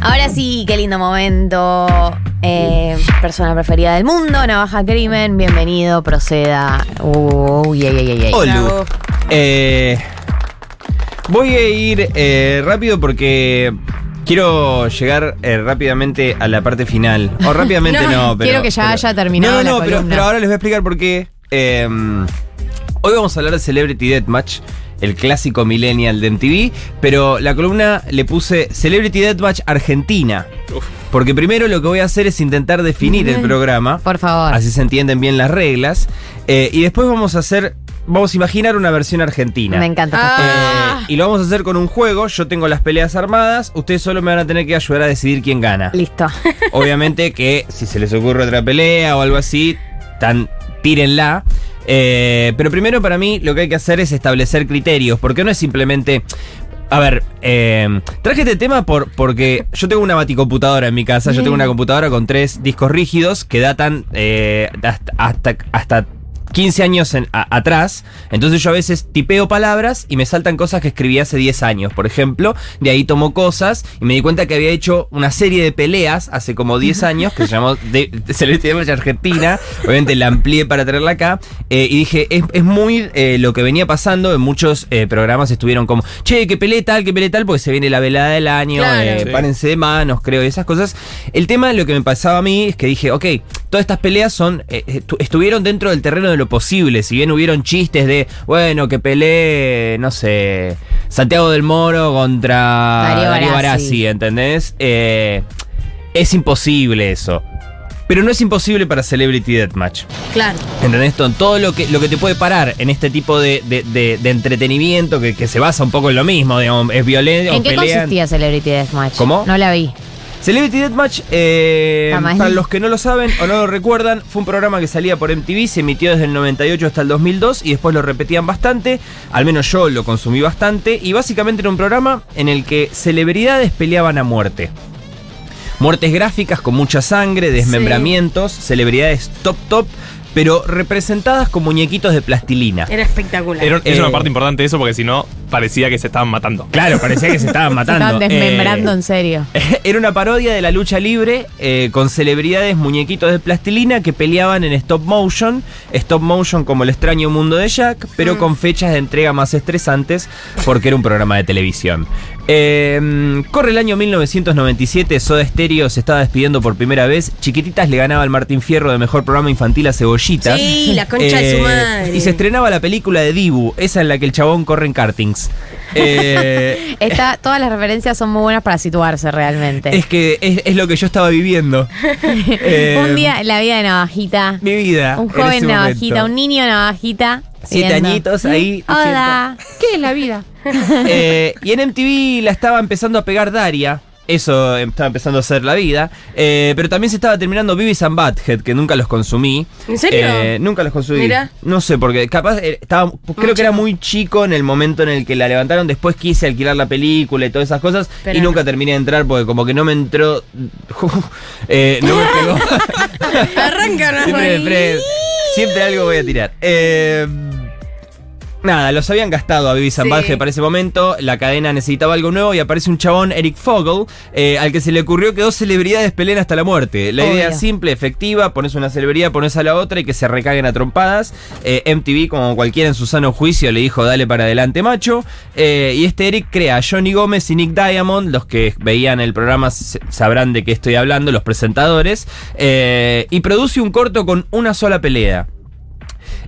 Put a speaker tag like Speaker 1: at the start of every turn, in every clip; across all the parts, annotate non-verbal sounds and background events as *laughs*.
Speaker 1: Ahora sí, qué lindo momento. Eh, persona preferida del mundo, Navaja Crimen, bienvenido, proceda. Uh, Uy, ay, ay, ay, ay.
Speaker 2: Olu. Eh, voy a ir eh, rápido porque quiero llegar eh, rápidamente a la parte final.
Speaker 1: *laughs*
Speaker 2: O rápidamente no, pero.
Speaker 1: Quiero que ya
Speaker 2: pero-
Speaker 1: haya terminado
Speaker 2: No, no,
Speaker 1: la
Speaker 2: pero,
Speaker 1: columna.
Speaker 2: pero ahora les voy a explicar por qué. Eh, hoy vamos a hablar de Celebrity Deathmatch. El clásico millennial de MTV, pero la columna le puse Celebrity Deathmatch Argentina. Porque primero lo que voy a hacer es intentar definir el
Speaker 1: Ay.
Speaker 2: programa.
Speaker 1: Por favor.
Speaker 2: Así se entienden bien las reglas. Eh, y después vamos a hacer. Vamos a imaginar una versión argentina.
Speaker 1: Me encanta. esta
Speaker 2: Eh,
Speaker 1: forma.
Speaker 2: y lo vamos a hacer con un juego. Yo tengo las peleas armadas. Ustedes solo me van a tener que ayudar a decidir quién gana.
Speaker 1: Listo.
Speaker 2: *laughs*
Speaker 1: *laughs*
Speaker 2: Obviamente que si se les ocurre otra pelea o algo así, tan, tírenla. Eh, pero primero para mí lo que hay que hacer es establecer criterios, porque no es simplemente... A ver, eh, traje este tema por, porque yo tengo una baticomputadora en mi casa, yo tengo una computadora con tres discos rígidos que datan eh, hasta, hasta, hasta 15 años en- a- atrás, entonces yo a veces tipeo palabras y me saltan cosas que escribí hace 10 años, por ejemplo, de ahí tomo cosas y me di cuenta que había hecho una serie de peleas hace como 10 años que se llamó de, de Celebrity Deathmatch Argentina, obviamente la amplié para traerla acá eh, y dije, es, es muy eh, lo que venía pasando, en muchos eh, programas estuvieron como, che, que pelea tal, que pelea tal, porque se viene la velada del año,
Speaker 1: Claro.
Speaker 2: eh,
Speaker 3: Sí.
Speaker 2: párense de manos, creo, y esas cosas. El tema, lo que me pasaba a mí es que dije, ok, todas estas peleas son eh, estu- estuvieron dentro del terreno de lo posible. Si bien hubieron chistes de, bueno, que pelee, no sé, Santiago del Moro contra
Speaker 1: Darío
Speaker 2: Darío Barassi,
Speaker 1: Barassi,
Speaker 2: ¿entendés? Eh, es imposible eso. Pero no es imposible para Celebrity Deathmatch.
Speaker 1: Claro.
Speaker 2: ¿Entendés? Todo- Todo lo que, lo que te puede parar en este tipo de, de- de- de entretenimiento que, que se basa un poco en lo mismo, digamos, es violencia.
Speaker 1: ¿En qué
Speaker 2: pelean.
Speaker 1: consistía Celebrity Deathmatch?
Speaker 2: ¿Cómo?
Speaker 1: No la vi.
Speaker 2: Celebrity Deathmatch, eh,
Speaker 1: Está mal.
Speaker 2: para los que no lo saben o no lo recuerdan, fue un programa que salía por MTV, se emitió desde el 98 hasta el 2002 y después lo repetían bastante, al menos yo lo consumí bastante, y básicamente era un programa en el que celebridades peleaban a muerte. Muertes gráficas con mucha sangre, desmembramientos, celebridades top top, pero representadas con muñequitos de plastilina.
Speaker 4: Era espectacular.
Speaker 3: Era- es
Speaker 2: Eh.
Speaker 3: una parte importante eso porque si no, parecía que se estaban matando.
Speaker 2: Claro, parecía que se estaban
Speaker 1: *laughs* Se
Speaker 2: matando.
Speaker 1: estaban desmembrando
Speaker 2: Eh,
Speaker 1: en serio.
Speaker 2: *laughs* Era una parodia de la lucha libre eh, con celebridades, muñequitos de plastilina que peleaban en stop motion, stop motion como el extraño mundo de Jack, pero
Speaker 4: Mm.
Speaker 2: con fechas de entrega más estresantes porque era un programa de televisión. Eh, corre el año 1997, Soda Stereo se estaba despidiendo por primera vez, Chiquititas le ganaba al Martín Fierro de Mejor Programa Infantil a Cebollitas.
Speaker 4: Sí, la concha de
Speaker 2: Eh,
Speaker 4: su madre.
Speaker 2: Y se estrenaba la película de Dibu, esa en la que el chabón corre en kartings.
Speaker 4: *laughs*
Speaker 2: Eh,
Speaker 1: Esta- todas las referencias son muy buenas para situarse realmente.
Speaker 2: Es que es, es lo que yo estaba
Speaker 1: *laughs*
Speaker 2: viviendo. Eh,
Speaker 1: un día en la vida de Navajita.
Speaker 2: Mi vida.
Speaker 1: Un
Speaker 2: en ese
Speaker 1: joven Navajita,
Speaker 2: momento.
Speaker 1: un niño Navajita.
Speaker 2: Siete
Speaker 1: viendo.
Speaker 2: añitos ahí.
Speaker 1: Hola. ¿Qué es la vida?
Speaker 2: Eh, y en MTV la estaba empezando a pegar Daria. Eso em, estaba empezando a ser la vida. Eh, pero también se estaba terminando Beavis and Butthead, que nunca los consumí.
Speaker 4: ¿En serio?
Speaker 2: Eh, nunca los consumí.
Speaker 4: Mirá.
Speaker 2: No sé, porque capaz eh, estaba. Creo que era muy chico en el momento en el que la levantaron. Después quise alquilar la película y todas esas cosas.
Speaker 4: Pero
Speaker 2: y
Speaker 4: no.
Speaker 2: nunca terminé de entrar porque, como que no me entró. *laughs* Eh, no me pegó.
Speaker 4: *laughs* Arranca una
Speaker 2: Siempre, siempre, siempre algo voy a tirar. Eh, nada, los habían gastado a Vivi Zambaje para ese momento. La cadena necesitaba algo nuevo y aparece un chabón, Eric Fogel, eh, al que se le ocurrió que dos celebridades peleen hasta la muerte. La idea
Speaker 1: Obvio.
Speaker 2: simple, efectiva: pones una celebridad, pones a la otra y que se recaguen a trompadas. Eh, MTV, como cualquiera en su sano juicio, le dijo dale para adelante, macho. Eh, y este Eric crea a Johnny Gómez y Nick Diamond. Los que veían el programa se- sabrán de qué estoy hablando, los presentadores. Eh, y produce un corto con una sola pelea.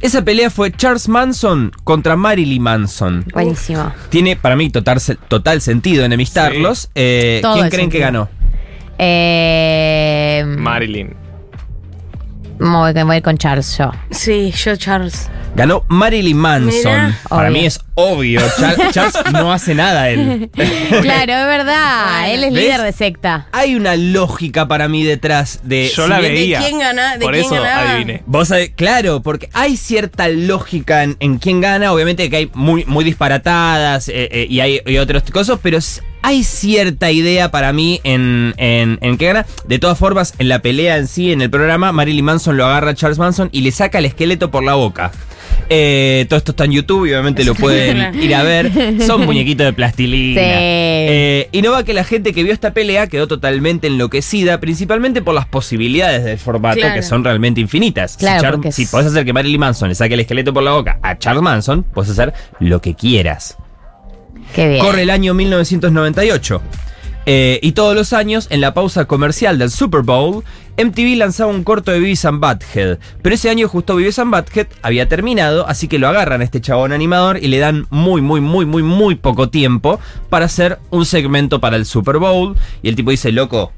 Speaker 2: Esa pelea fue Charles Manson contra Marilyn Manson.
Speaker 1: Buenísimo.
Speaker 2: Tiene para mí total, se- total sentido enemistarlos. Eh,
Speaker 1: Todo
Speaker 2: ¿Quién
Speaker 1: el
Speaker 2: creen que
Speaker 1: sentido.
Speaker 2: ganó?
Speaker 1: Eh,
Speaker 3: Marilyn.
Speaker 1: me voy me voy a ir con Charles yo.
Speaker 4: Sí, yo Charles.
Speaker 2: Ganó Marilyn Manson.
Speaker 4: Mirá.
Speaker 2: Para
Speaker 1: Obvio.
Speaker 2: mí es obvio. Char- Charles no hace nada él.
Speaker 1: Claro, es verdad.
Speaker 4: Bueno,
Speaker 1: Él es
Speaker 2: ¿ves?
Speaker 1: líder de secta.
Speaker 2: Hay una lógica para mí detrás de.
Speaker 3: Yo
Speaker 2: si
Speaker 3: la
Speaker 2: bien-
Speaker 4: ¿De
Speaker 3: veía.
Speaker 4: quién gana- de
Speaker 3: Por
Speaker 4: quién
Speaker 3: eso
Speaker 4: ganaba?
Speaker 3: adiviné.
Speaker 2: Vos sabés, claro, porque hay cierta lógica en, en quién gana, obviamente que hay muy, muy disparatadas eh, eh, y hay y otros cosas, pero s- hay cierta idea para mí en, en, en quién gana. De todas formas, en la pelea en sí, en el programa, Marilyn Manson lo agarra a Charles Manson y le saca el esqueleto por la boca. Eh, todo esto está en YouTube y obviamente lo pueden ir a ver. Son muñequitos de plastilina.
Speaker 1: Sí.
Speaker 2: Eh, Eh, y no va que la gente que vio esta pelea quedó totalmente enloquecida, principalmente por las posibilidades del formato,
Speaker 4: Claro.
Speaker 2: que son realmente infinitas. Si
Speaker 1: Claro,
Speaker 2: Char-
Speaker 1: porque es-
Speaker 2: si podés hacer que Marilyn Manson le saque el esqueleto por la boca a Charles Manson, puedes hacer lo que quieras.
Speaker 1: Qué bien.
Speaker 2: Corre el año 1998. Eh, y todos los años, en la pausa comercial del Super Bowl, MTV lanzaba un corto de Beavis and Butthead. Pero ese año justo Beavis and Butthead había terminado, así que lo agarran a este chabón animador y le dan muy, muy, muy, muy, muy poco tiempo para hacer un segmento para el Super Bowl. Y el tipo dice, loco,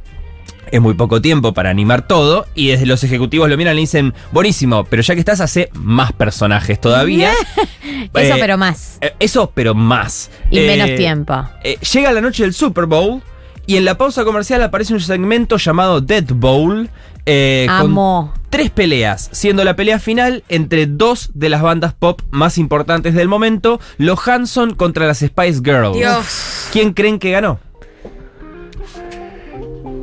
Speaker 2: es muy poco tiempo para animar todo. Y desde los ejecutivos lo miran y le dicen, buenísimo, pero ya que estás, hace más personajes todavía.
Speaker 1: *laughs* Eso,
Speaker 2: Eh,
Speaker 1: pero más.
Speaker 2: eh, Eso, pero más.
Speaker 1: Y
Speaker 2: Eh,
Speaker 1: menos tiempo.
Speaker 2: eh, llega la noche del Super Bowl y en la pausa comercial aparece un segmento llamado Dead Bowl. eh, con
Speaker 1: Amo.
Speaker 2: tres peleas, siendo la pelea final entre dos de las bandas pop más importantes del momento, los Hanson contra las Spice Girls.
Speaker 4: Dios.
Speaker 2: ¿Quién creen que ganó?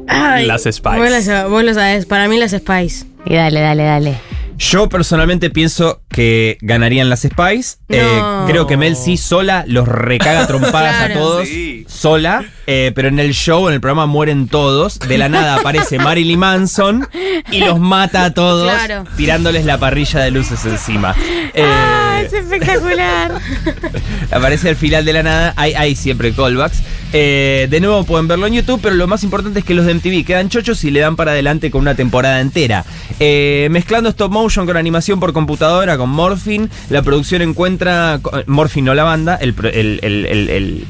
Speaker 4: Ay,
Speaker 3: Las Spice.
Speaker 4: Vos, las- vos lo sabés. Para mí las Spice.
Speaker 1: Y dale, dale, dale.
Speaker 2: Yo personalmente pienso que ganarían las Spice. Eh,
Speaker 4: No.
Speaker 2: creo que Mel sí sola los recaga a trompadas
Speaker 4: Claro.
Speaker 2: a todos.
Speaker 3: Sí.
Speaker 2: Sola. Eh, pero en el show, en el programa, mueren todos. De la nada
Speaker 4: *laughs*
Speaker 2: aparece Marilyn Manson y los mata a todos.
Speaker 4: Claro.
Speaker 2: Tirándoles la parrilla de luces encima. Eh,
Speaker 4: Ah, *laughs*
Speaker 1: espectacular.
Speaker 2: Aparece al final de la nada. Hay, hay siempre callbacks. Eh, de nuevo pueden verlo en YouTube, pero lo más importante es que los de MTV quedan chochos y le dan para adelante con una temporada entera. Eh, mezclando stop motion con animación por computadora, con Morphin, la producción encuentra. co- Morphin no la banda, el. pro- el- el- el- el-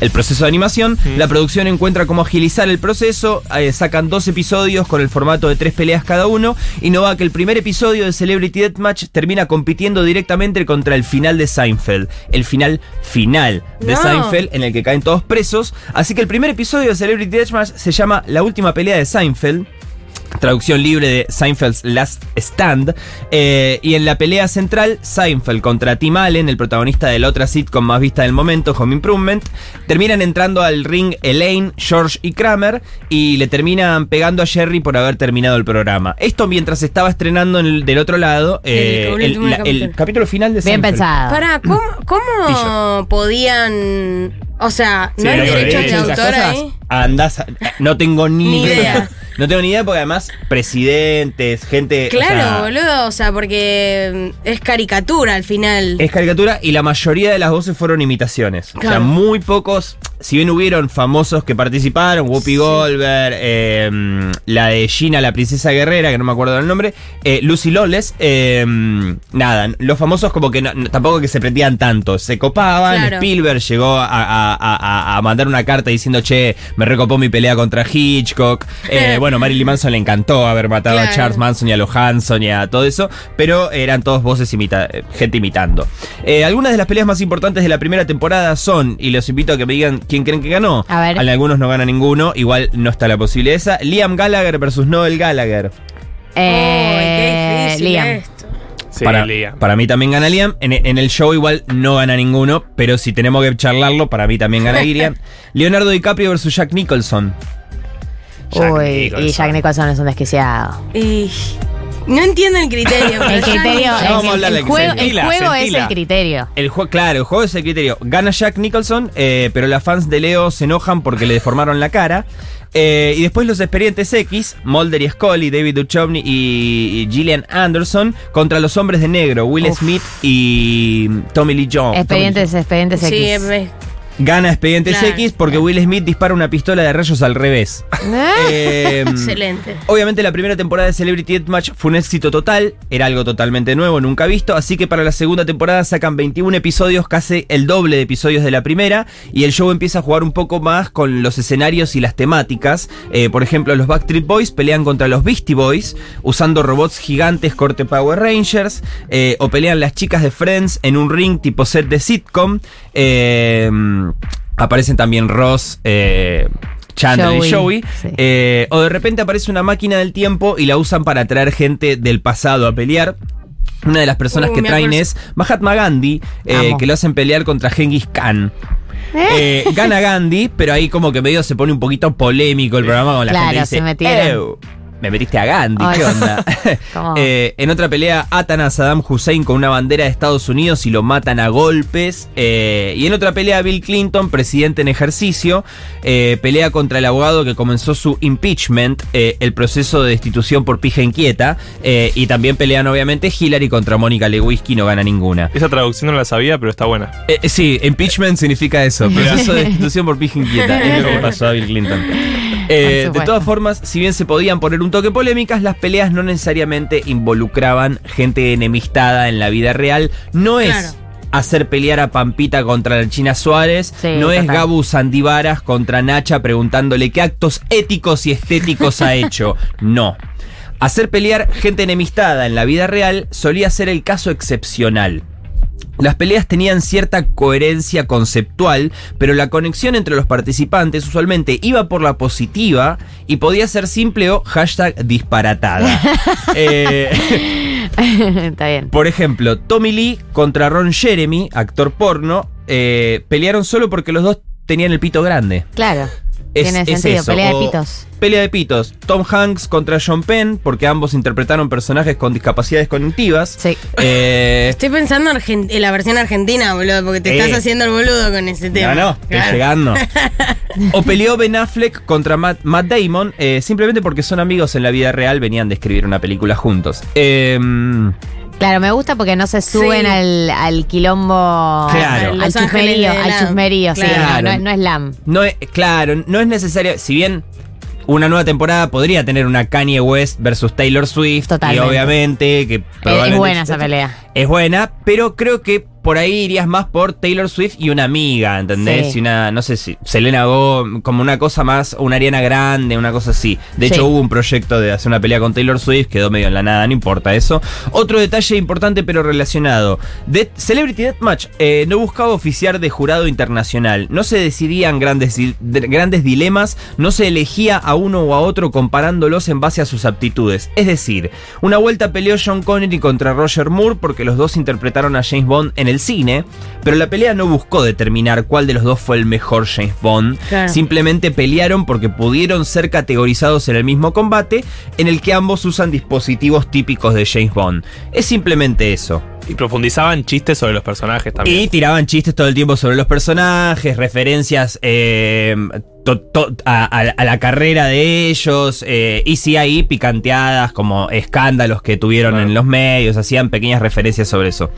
Speaker 2: el proceso de animación, la producción encuentra cómo agilizar el proceso, eh, sacan dos episodios con el formato de tres peleas cada uno, y no va que el primer episodio de Celebrity Deathmatch termina compitiendo directamente contra el final de Seinfeld, el final final de
Speaker 4: No.
Speaker 2: Seinfeld en el que caen todos presos, así que el primer episodio de Celebrity Deathmatch se llama La última pelea de Seinfeld. Traducción libre de Seinfeld's Last Stand. Eh, y en la pelea central, Seinfeld contra Tim Allen, el protagonista de la otra sitcom más vista del momento, Home Improvement. Terminan entrando al ring Elaine, George y Kramer. Y le terminan pegando a Jerry por haber terminado el programa. Esto mientras estaba estrenando en el- del otro lado eh,
Speaker 4: El-
Speaker 2: el,
Speaker 4: el último
Speaker 2: la- el
Speaker 4: capítulo.
Speaker 2: capítulo final de
Speaker 1: Bien
Speaker 2: Seinfeld.
Speaker 1: pensado.
Speaker 4: Para, ¿cómo, cómo podían. O sea, ¿no
Speaker 3: Sí,
Speaker 4: hay
Speaker 3: no,
Speaker 4: derechos de
Speaker 3: derechos,
Speaker 2: esas
Speaker 4: autor
Speaker 2: cosas,
Speaker 4: ahí?
Speaker 2: andás a- no tengo ni,
Speaker 4: Ni idea.
Speaker 2: *laughs* No tengo ni idea porque además presidentes, gente... Eh, o
Speaker 4: Claro,
Speaker 2: sea,
Speaker 4: boludo. O sea, porque mm, es caricatura al final.
Speaker 2: Es caricatura y la mayoría de las voces fueron imitaciones. O sea,
Speaker 4: Claro.
Speaker 2: muy pocos. Si bien hubieron famosos que participaron, Whoopi Goldberg, eh, la de Gina, la princesa guerrera, que no me acuerdo del nombre, eh, Lucy Lawless, eh, nada, los famosos como que no- no- tampoco que se prendían tanto, se copaban,
Speaker 4: Claro.
Speaker 2: Spielberg llegó a, a- a- a- a mandar una carta diciendo, che, me recopó mi pelea contra
Speaker 4: *laughs*
Speaker 2: Hitchcock, Eh, bueno, Marilyn Manson le encantó haber matado a
Speaker 4: Claro.
Speaker 2: Charles Manson, Manson y a los Hanson y a todo eso, pero eran todos voces imita gente imitando. Eh, algunas de las peleas más importantes de la primera temporada son, y los invito a que me digan quién creen que ganó.
Speaker 1: A ver.
Speaker 2: Algunos no gana ninguno, igual no está la posibilidad esa. Liam Gallagher versus Noel Gallagher.
Speaker 1: Eh,
Speaker 4: Ay, qué difícil
Speaker 1: Liam.
Speaker 4: esto.
Speaker 3: Sí,
Speaker 2: para,
Speaker 3: Lía.
Speaker 2: para mí también gana Liam. En, en el show igual no gana ninguno, pero si tenemos que charlarlo, para mí
Speaker 1: *laughs*
Speaker 2: también gana Liam. Leonardo DiCaprio versus Jack Nicholson.
Speaker 3: Jack
Speaker 1: Uy, y
Speaker 3: Nicholson.
Speaker 1: Jack Nicholson es un desquiciado.
Speaker 4: Y- No entiendo *laughs* el criterio. pero
Speaker 1: El
Speaker 4: ya-
Speaker 1: criterio,
Speaker 2: Ya vamos a
Speaker 1: el,
Speaker 2: hablar
Speaker 1: el
Speaker 2: de que
Speaker 1: juego, el
Speaker 2: se
Speaker 3: entila,
Speaker 1: juego
Speaker 3: se
Speaker 1: es
Speaker 3: entila.
Speaker 1: el criterio.
Speaker 2: El juego, claro, el juego es el criterio. Gana Jack Nicholson, eh, pero las fans de Leo se enojan porque le deformaron la cara. Eh, y después los expedientes X, Mulder y Scully, David Duchovny y, y Gillian Anderson contra los hombres de negro, Will
Speaker 1: Uf.
Speaker 2: Smith y mm, Tommy Lee Jones.
Speaker 1: Expedientes, expedientes X.
Speaker 4: Sí, me-
Speaker 2: Tommy Lee Jones. Gana expedientes
Speaker 4: Claro.
Speaker 2: X porque Will Smith dispara una pistola de rayos
Speaker 1: *laughs*
Speaker 2: al revés.
Speaker 1: ¿Eh?
Speaker 2: Eh,
Speaker 4: excelente.
Speaker 2: Obviamente la primera temporada de Celebrity Deathmatch fue un éxito total, era algo totalmente nuevo, nunca visto, así que para la segunda temporada sacan 21 episodios, casi el doble de episodios de la primera, y el show empieza a jugar un poco más con los escenarios y las temáticas. Eh, por ejemplo, los Backstreet Boys pelean contra los Beastie Boys usando robots gigantes corte Power Rangers, eh, o pelean las chicas de Friends en un ring tipo set de sitcom. Eh, aparecen también Ross. eh, Chandler y
Speaker 1: Joey,
Speaker 2: Joey.
Speaker 1: sí.
Speaker 2: Eh, o de repente aparece una máquina del tiempo y la usan para traer gente del pasado a pelear. Una de las personas
Speaker 4: Uh,
Speaker 2: que
Speaker 4: me
Speaker 2: traen
Speaker 4: acuerdo.
Speaker 2: es Mahatma Gandhi, eh,
Speaker 1: Amo.
Speaker 2: que lo hacen pelear contra Genghis Khan. Eh,
Speaker 1: *laughs*
Speaker 2: gana Gandhi, pero ahí como que medio se pone un poquito polémico el programa con la
Speaker 1: Claro,
Speaker 2: gente dice,
Speaker 1: se metieron.
Speaker 2: "Ew, Me metiste a Gandhi,
Speaker 1: Ay,
Speaker 2: ¿qué
Speaker 1: sí. *laughs*
Speaker 2: onda?
Speaker 1: ¿Cómo?
Speaker 2: Eh, en otra pelea atan a Saddam Hussein con una bandera de Estados Unidos y lo matan a golpes. Eh, y en otra pelea Bill Clinton, presidente en ejercicio, eh, pelea contra el abogado que comenzó su impeachment, eh, el proceso de destitución por pija inquieta. Eh, y también pelean obviamente Hillary contra Mónica Lewinsky, no gana ninguna.
Speaker 3: Esa traducción no la sabía, pero está buena.
Speaker 2: Eh, eh, sí, impeachment significa eso, proceso de destitución por pija inquieta. *laughs* Es lo que pasó a Bill Clinton. Eh,
Speaker 1: Por
Speaker 2: de
Speaker 1: supuesto.
Speaker 2: todas formas, si bien se podían poner un toque polémicas, las peleas no necesariamente involucraban gente enemistada en la vida real. No es
Speaker 4: Claro.
Speaker 2: hacer pelear a Pampita contra la China Suárez,
Speaker 1: Sí,
Speaker 2: no es
Speaker 1: total.
Speaker 2: Gabu Sandivaras contra Nacha preguntándole qué actos éticos y estéticos
Speaker 1: *laughs*
Speaker 2: ha hecho. No. Hacer pelear gente enemistada en la vida real solía ser el caso excepcional. Las peleas tenían cierta coherencia conceptual, pero la conexión entre los participantes usualmente iba por la positiva y podía ser simple o hashtag
Speaker 1: *laughs*
Speaker 2: disparatada. Eh,
Speaker 1: Está bien.
Speaker 2: por ejemplo, Tommy Lee contra Ron Jeremy, actor porno, eh, pelearon solo porque los dos tenían el pito grande.
Speaker 1: Claro.
Speaker 2: Es-
Speaker 1: Tiene
Speaker 2: es
Speaker 1: sentido.
Speaker 2: eso,
Speaker 1: Pelea
Speaker 2: o-
Speaker 1: de pitos.
Speaker 2: Pelea de pitos. Tom Hanks contra John Penn, porque ambos interpretaron personajes con discapacidades cognitivas.
Speaker 1: Sí. *laughs*
Speaker 2: Eh,
Speaker 4: Estoy pensando argen- en la versión argentina, boludo, porque te
Speaker 2: Eh.
Speaker 4: estás haciendo el boludo con ese tema.
Speaker 2: No, no, estoy
Speaker 1: *laughs*
Speaker 4: Claro.
Speaker 2: llegando. O peleó Ben Affleck contra Matt, Matt Damon, eh, simplemente porque son amigos en la vida real, venían de escribir una película juntos. Eh,
Speaker 1: Claro, me gusta porque no se suben
Speaker 4: Sí.
Speaker 1: al, al quilombo,
Speaker 2: Claro.
Speaker 1: al,
Speaker 4: Los Ángeles
Speaker 1: chusmerío,
Speaker 4: de
Speaker 1: al
Speaker 4: la-
Speaker 1: chusmerío, sí,
Speaker 2: Claro.
Speaker 1: no, no, no es LAM.
Speaker 2: no es, claro, no es necesario, si bien una nueva temporada podría tener una Kanye West versus Taylor Swift,
Speaker 1: Totalmente.
Speaker 2: y obviamente que
Speaker 1: Es,
Speaker 2: probablemente-
Speaker 1: buena esa pelea.
Speaker 2: Es buena, pero creo que por ahí irías más por Taylor Swift y una amiga, ¿entendés?
Speaker 1: Sí.
Speaker 2: Y una, no sé si, Selena Gomez, como una cosa más, una Ariana Grande, una cosa así. De
Speaker 1: Sí.
Speaker 2: hecho, hubo un proyecto de hacer una pelea con Taylor Swift, quedó medio en la nada, no importa eso. Otro detalle importante pero relacionado. De Celebrity Deathmatch eh, no buscaba oficiar de jurado internacional. No se decidían grandes, di- de- grandes dilemas, no se elegía a uno o a otro comparándolos en base a sus aptitudes. Es decir, una vuelta peleó John Connery contra Roger Moore porque los dos interpretaron a James Bond en el cine, pero la pelea no buscó determinar cuál de los dos fue el mejor James Bond.
Speaker 4: Claro.
Speaker 2: Simplemente pelearon porque pudieron ser categorizados en el mismo combate en el que ambos usan dispositivos típicos de James Bond. Es simplemente eso.
Speaker 3: Y profundizaban chistes sobre los personajes también.
Speaker 2: Y tiraban chistes todo el tiempo sobre los personajes, referencias eh, to- to- a, a- a la carrera de ellos, eh, y sí ahí picanteadas como escándalos que tuvieron
Speaker 3: Claro.
Speaker 2: en los medios, hacían pequeñas referencias sobre eso.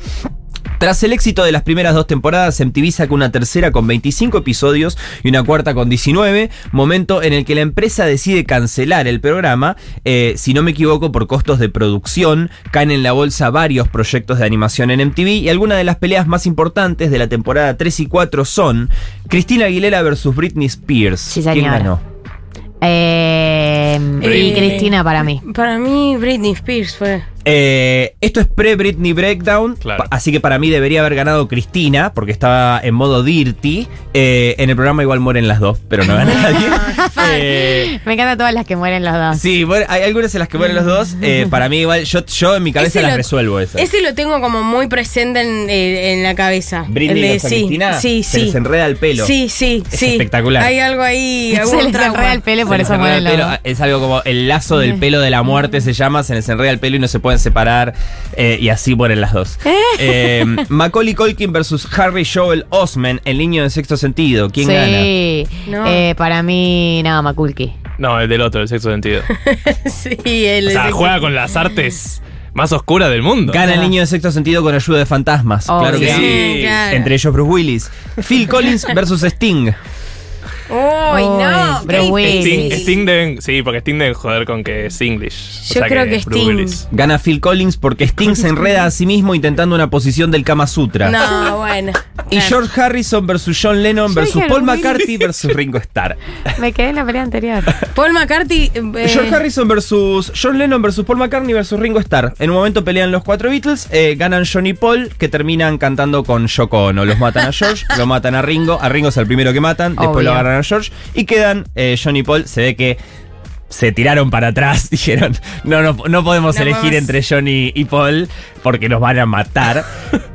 Speaker 2: Tras el éxito de las primeras dos temporadas, MTV saca una tercera con 25 episodios y una cuarta con 19, momento en el que la empresa decide cancelar el programa, eh, si no me equivoco por costos de producción, caen en la bolsa varios proyectos de animación en MTV y algunas de las peleas más importantes de la temporada 3 y 4 son Cristina Aguilera versus Britney Spears.
Speaker 1: Sí,
Speaker 2: ¿Quién
Speaker 1: señora.
Speaker 2: ganó?
Speaker 1: Eh, y
Speaker 4: Eh,
Speaker 1: Cristina para
Speaker 4: *laughs*
Speaker 1: mí.
Speaker 4: Para mí, Britney Spears fue.
Speaker 2: Eh, esto es pre-Britney Breakdown,
Speaker 3: Claro.
Speaker 2: pa- así que para mí debería haber ganado Cristina, porque estaba en modo dirty. Eh, en el programa igual mueren las dos, pero no
Speaker 4: *laughs*
Speaker 2: gana nadie.
Speaker 4: Ah,
Speaker 2: Eh,
Speaker 1: Me encantan todas las que mueren los dos.
Speaker 2: sí, bueno, hay algunas en las que mueren los dos. eh, para mí igual, yo, yo en mi cabeza
Speaker 4: Ese
Speaker 2: las
Speaker 4: lo-
Speaker 2: resuelvo esas.
Speaker 4: Ese lo tengo como muy presente en, eh, en la cabeza.
Speaker 2: Britney
Speaker 4: El de-
Speaker 2: contra Cristina
Speaker 4: sí,
Speaker 2: se
Speaker 4: sí.
Speaker 2: les enreda el pelo.
Speaker 4: Sí, sí,
Speaker 2: Es
Speaker 4: sí.
Speaker 2: espectacular.
Speaker 4: Hay algo ahí,
Speaker 1: *laughs* se
Speaker 4: algún
Speaker 1: les
Speaker 4: trauma.
Speaker 1: enreda el pelo y
Speaker 2: Se
Speaker 1: por
Speaker 2: les
Speaker 1: eso
Speaker 2: enreda
Speaker 1: mueren
Speaker 2: el
Speaker 1: los
Speaker 2: pelo,
Speaker 1: dos.
Speaker 2: Es algo como el lazo del pelo de la muerte se llama, se les enreda el pelo y no se pueden separar eh, y así mueren las dos. Eh, Macaulay Culkin versus Harry Joel Osman, el niño de sexto sentido. ¿Quién gana?
Speaker 1: sí.
Speaker 4: No.
Speaker 1: Eh, para mí, no, Maculki.
Speaker 3: No, el del otro, el
Speaker 2: *laughs*
Speaker 3: sexto sentido.
Speaker 4: *laughs* sí, el.
Speaker 3: O sea, juega con las artes más oscuras del mundo.
Speaker 2: Gana el niño de sexto sentido con ayuda de fantasmas.
Speaker 1: Obvio.
Speaker 2: Claro que
Speaker 4: Sí,
Speaker 2: sí.
Speaker 4: claro.
Speaker 2: Entre ellos Bruce Willis.
Speaker 1: *laughs*
Speaker 2: Phil Collins versus Sting.
Speaker 4: Uy,
Speaker 1: Ay,
Speaker 4: no.
Speaker 1: pero
Speaker 4: qué
Speaker 1: Will.
Speaker 3: Sting,
Speaker 4: difícil.
Speaker 3: Sting deben, sí, porque Sting deben joder con que es English.
Speaker 4: Yo creo que
Speaker 3: Bruce
Speaker 4: Sting.
Speaker 3: Willis.
Speaker 2: Gana Phil Collins porque Sting se enreda a sí mismo intentando una posición del Kama Sutra.
Speaker 4: No, bueno.
Speaker 2: Y George Harrison versus John Lennon versus
Speaker 1: dije
Speaker 2: Paul
Speaker 1: Bruce
Speaker 2: McCartney versus Ringo Starr.
Speaker 1: Me quedé en la pelea anterior.
Speaker 4: Paul McCartney. eh,
Speaker 2: George Harrison versus John Lennon versus Paul McCartney versus Ringo Starr. En un momento pelean los cuatro Beatles, eh, ganan John y Paul, que terminan cantando con Yoko Ono. Los matan a George, lo matan a Ringo, a Ringo es el primero que matan, después
Speaker 1: Obvio.
Speaker 2: lo agarran a George y quedan eh, John y Paul. Se ve que se tiraron para atrás, *laughs* dijeron, no, no, no podemos
Speaker 4: No
Speaker 2: elegir
Speaker 4: podemos.
Speaker 2: entre Johnny y Paul porque nos van a matar.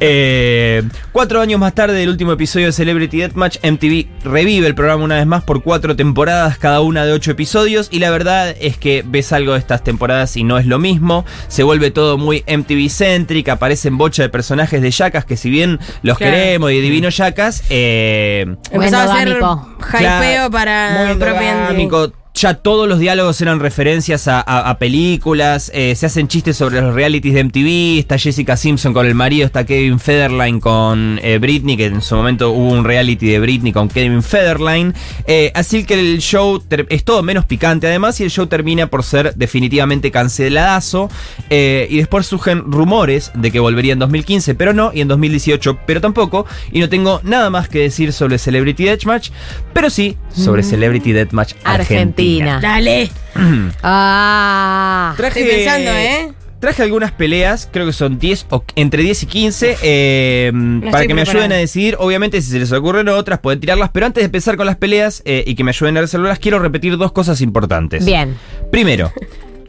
Speaker 2: Eh, cuatro años más tarde del último episodio de Celebrity Deathmatch, MTV revive el programa una vez más por cuatro temporadas, cada una de ocho episodios, y la verdad es que ves algo de estas temporadas y no es lo mismo, se vuelve todo muy MTV-céntric, aparecen bocha de personajes de yacas que si bien los
Speaker 4: Claro.
Speaker 2: queremos y divino yacas, eh,
Speaker 4: Empezó a hacer
Speaker 1: endogámico.
Speaker 4: hypeo
Speaker 2: Claro, muy
Speaker 4: para propia
Speaker 2: endogámico. Ya todos los diálogos eran referencias a, a- a películas, eh, se hacen chistes sobre los realities de MTV, está Jessica Simpson con el marido, está Kevin Federline con eh, Britney, que en su momento hubo un reality de Britney con Kevin Federline. Eh, así que el show ter- es todo menos picante además y el show termina por ser definitivamente canceladazo. eh, y después surgen rumores de que volvería en 2015, pero no, y en 2018, pero tampoco. Y no tengo nada más que decir sobre Celebrity Deathmatch, pero sí sobre Celebrity Deathmatch Argentina.
Speaker 1: Argentina.
Speaker 4: Dale.
Speaker 1: *laughs* Ah.
Speaker 2: Traje,
Speaker 4: Estoy pensando, ¿eh?
Speaker 2: Traje algunas peleas, creo que son 10 o entre 10 y 15, eh, para
Speaker 4: estoy
Speaker 2: que me ayuden
Speaker 4: preparada.
Speaker 2: a decidir. Obviamente, si se les ocurren otras, pueden tirarlas, pero antes de empezar con las peleas eh, y que me ayuden a resolverlas, quiero repetir dos cosas importantes.
Speaker 1: Bien.
Speaker 2: Primero,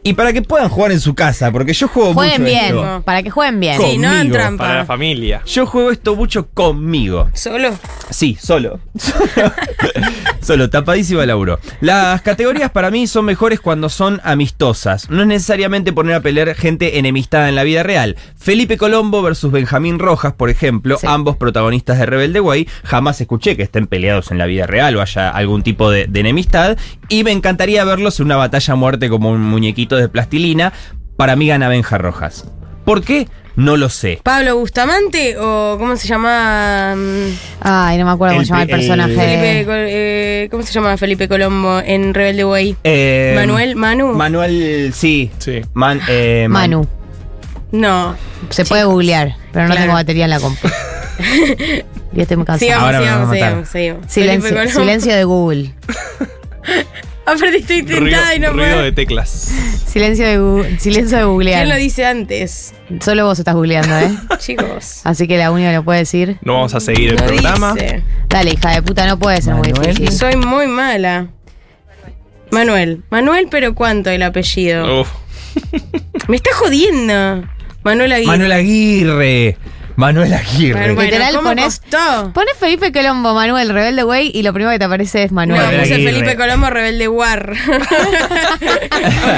Speaker 2: y para que puedan jugar en su casa, porque yo juego
Speaker 1: Jueguen
Speaker 2: mucho
Speaker 1: bien.
Speaker 2: esto.
Speaker 1: Para que jueguen bien.
Speaker 4: Sí, no hagan
Speaker 2: Conmigo,
Speaker 3: Para la
Speaker 4: trampa.
Speaker 3: familia.
Speaker 2: Yo juego esto mucho conmigo.
Speaker 4: Solo.
Speaker 2: Sí, solo. Solo, *laughs* Solo, tapadísimo el laburo. Las categorías para mí son mejores cuando son amistosas. No es necesariamente poner a pelear gente enemistada en la vida real. Felipe Colombo versus Benjamín Rojas, por ejemplo,
Speaker 1: Sí.
Speaker 2: ambos protagonistas de Rebelde Way, jamás escuché que estén peleados en la vida real o haya algún tipo de, de enemistad. Y me encantaría verlos en una batalla a muerte como un muñequito de plastilina. Para mí gana Benja Rojas. ¿Por qué? No lo sé.
Speaker 4: ¿Pablo Bustamante o cómo se llama? mm,
Speaker 1: Ay, no me acuerdo cómo
Speaker 2: El
Speaker 1: se llama el
Speaker 2: pe- el-
Speaker 1: personaje.
Speaker 4: Felipe, Col- eh, ¿Cómo se llama Felipe Colombo en Rebelde Way?
Speaker 2: Eh,
Speaker 4: ¿Manuel? ¿Manu?
Speaker 2: Manuel, sí.
Speaker 3: Sí.
Speaker 2: Man- eh, Man-
Speaker 1: Manu.
Speaker 4: no.
Speaker 1: Se puede googlear, pero no
Speaker 4: Claro.
Speaker 1: tengo batería en la
Speaker 4: *laughs*
Speaker 1: compu. Yo estoy muy cansada.
Speaker 4: Sigamos,
Speaker 2: Ahora me van
Speaker 4: sigamos,
Speaker 2: a matar.
Speaker 4: sigamos, sigamos. Felipe
Speaker 1: Silencio,
Speaker 4: Colombo.
Speaker 1: silencio de Google.
Speaker 4: *laughs* Aparte estoy
Speaker 3: Ruido,
Speaker 4: tentada y no
Speaker 3: ruido de
Speaker 4: puedo.
Speaker 3: teclas.
Speaker 1: Silencio de, gu- silencio de
Speaker 4: ¿Quién lo
Speaker 1: googlear.
Speaker 4: dice antes?
Speaker 1: Solo vos estás googleando, ¿eh?
Speaker 2: *laughs*
Speaker 4: Chicos.
Speaker 1: Así que la única que lo puede decir.
Speaker 3: No vamos a seguir el
Speaker 4: Lo
Speaker 3: programa.
Speaker 4: dice.
Speaker 1: Dale, hija de puta, no puede ser muy
Speaker 2: Manuel.
Speaker 1: difícil.
Speaker 4: Soy muy mala. Manuel. Manuel, pero ¿cuánto el apellido?
Speaker 3: Uf.
Speaker 4: Me está jodiendo. Manuel Aguirre.
Speaker 2: Manuel Aguirre. Manuel Aguirre.
Speaker 4: Bueno,
Speaker 2: *laughs*
Speaker 4: bueno,
Speaker 1: Literal,
Speaker 4: ¿cómo
Speaker 1: pones-
Speaker 4: costó?
Speaker 1: Pones Felipe Colombo, Manuel, Rebelde Güey, y lo primero que te aparece es
Speaker 4: No,
Speaker 1: Manuel.
Speaker 2: Manuel
Speaker 4: puse
Speaker 2: Aguirre.
Speaker 4: Felipe Colombo, rebelde war.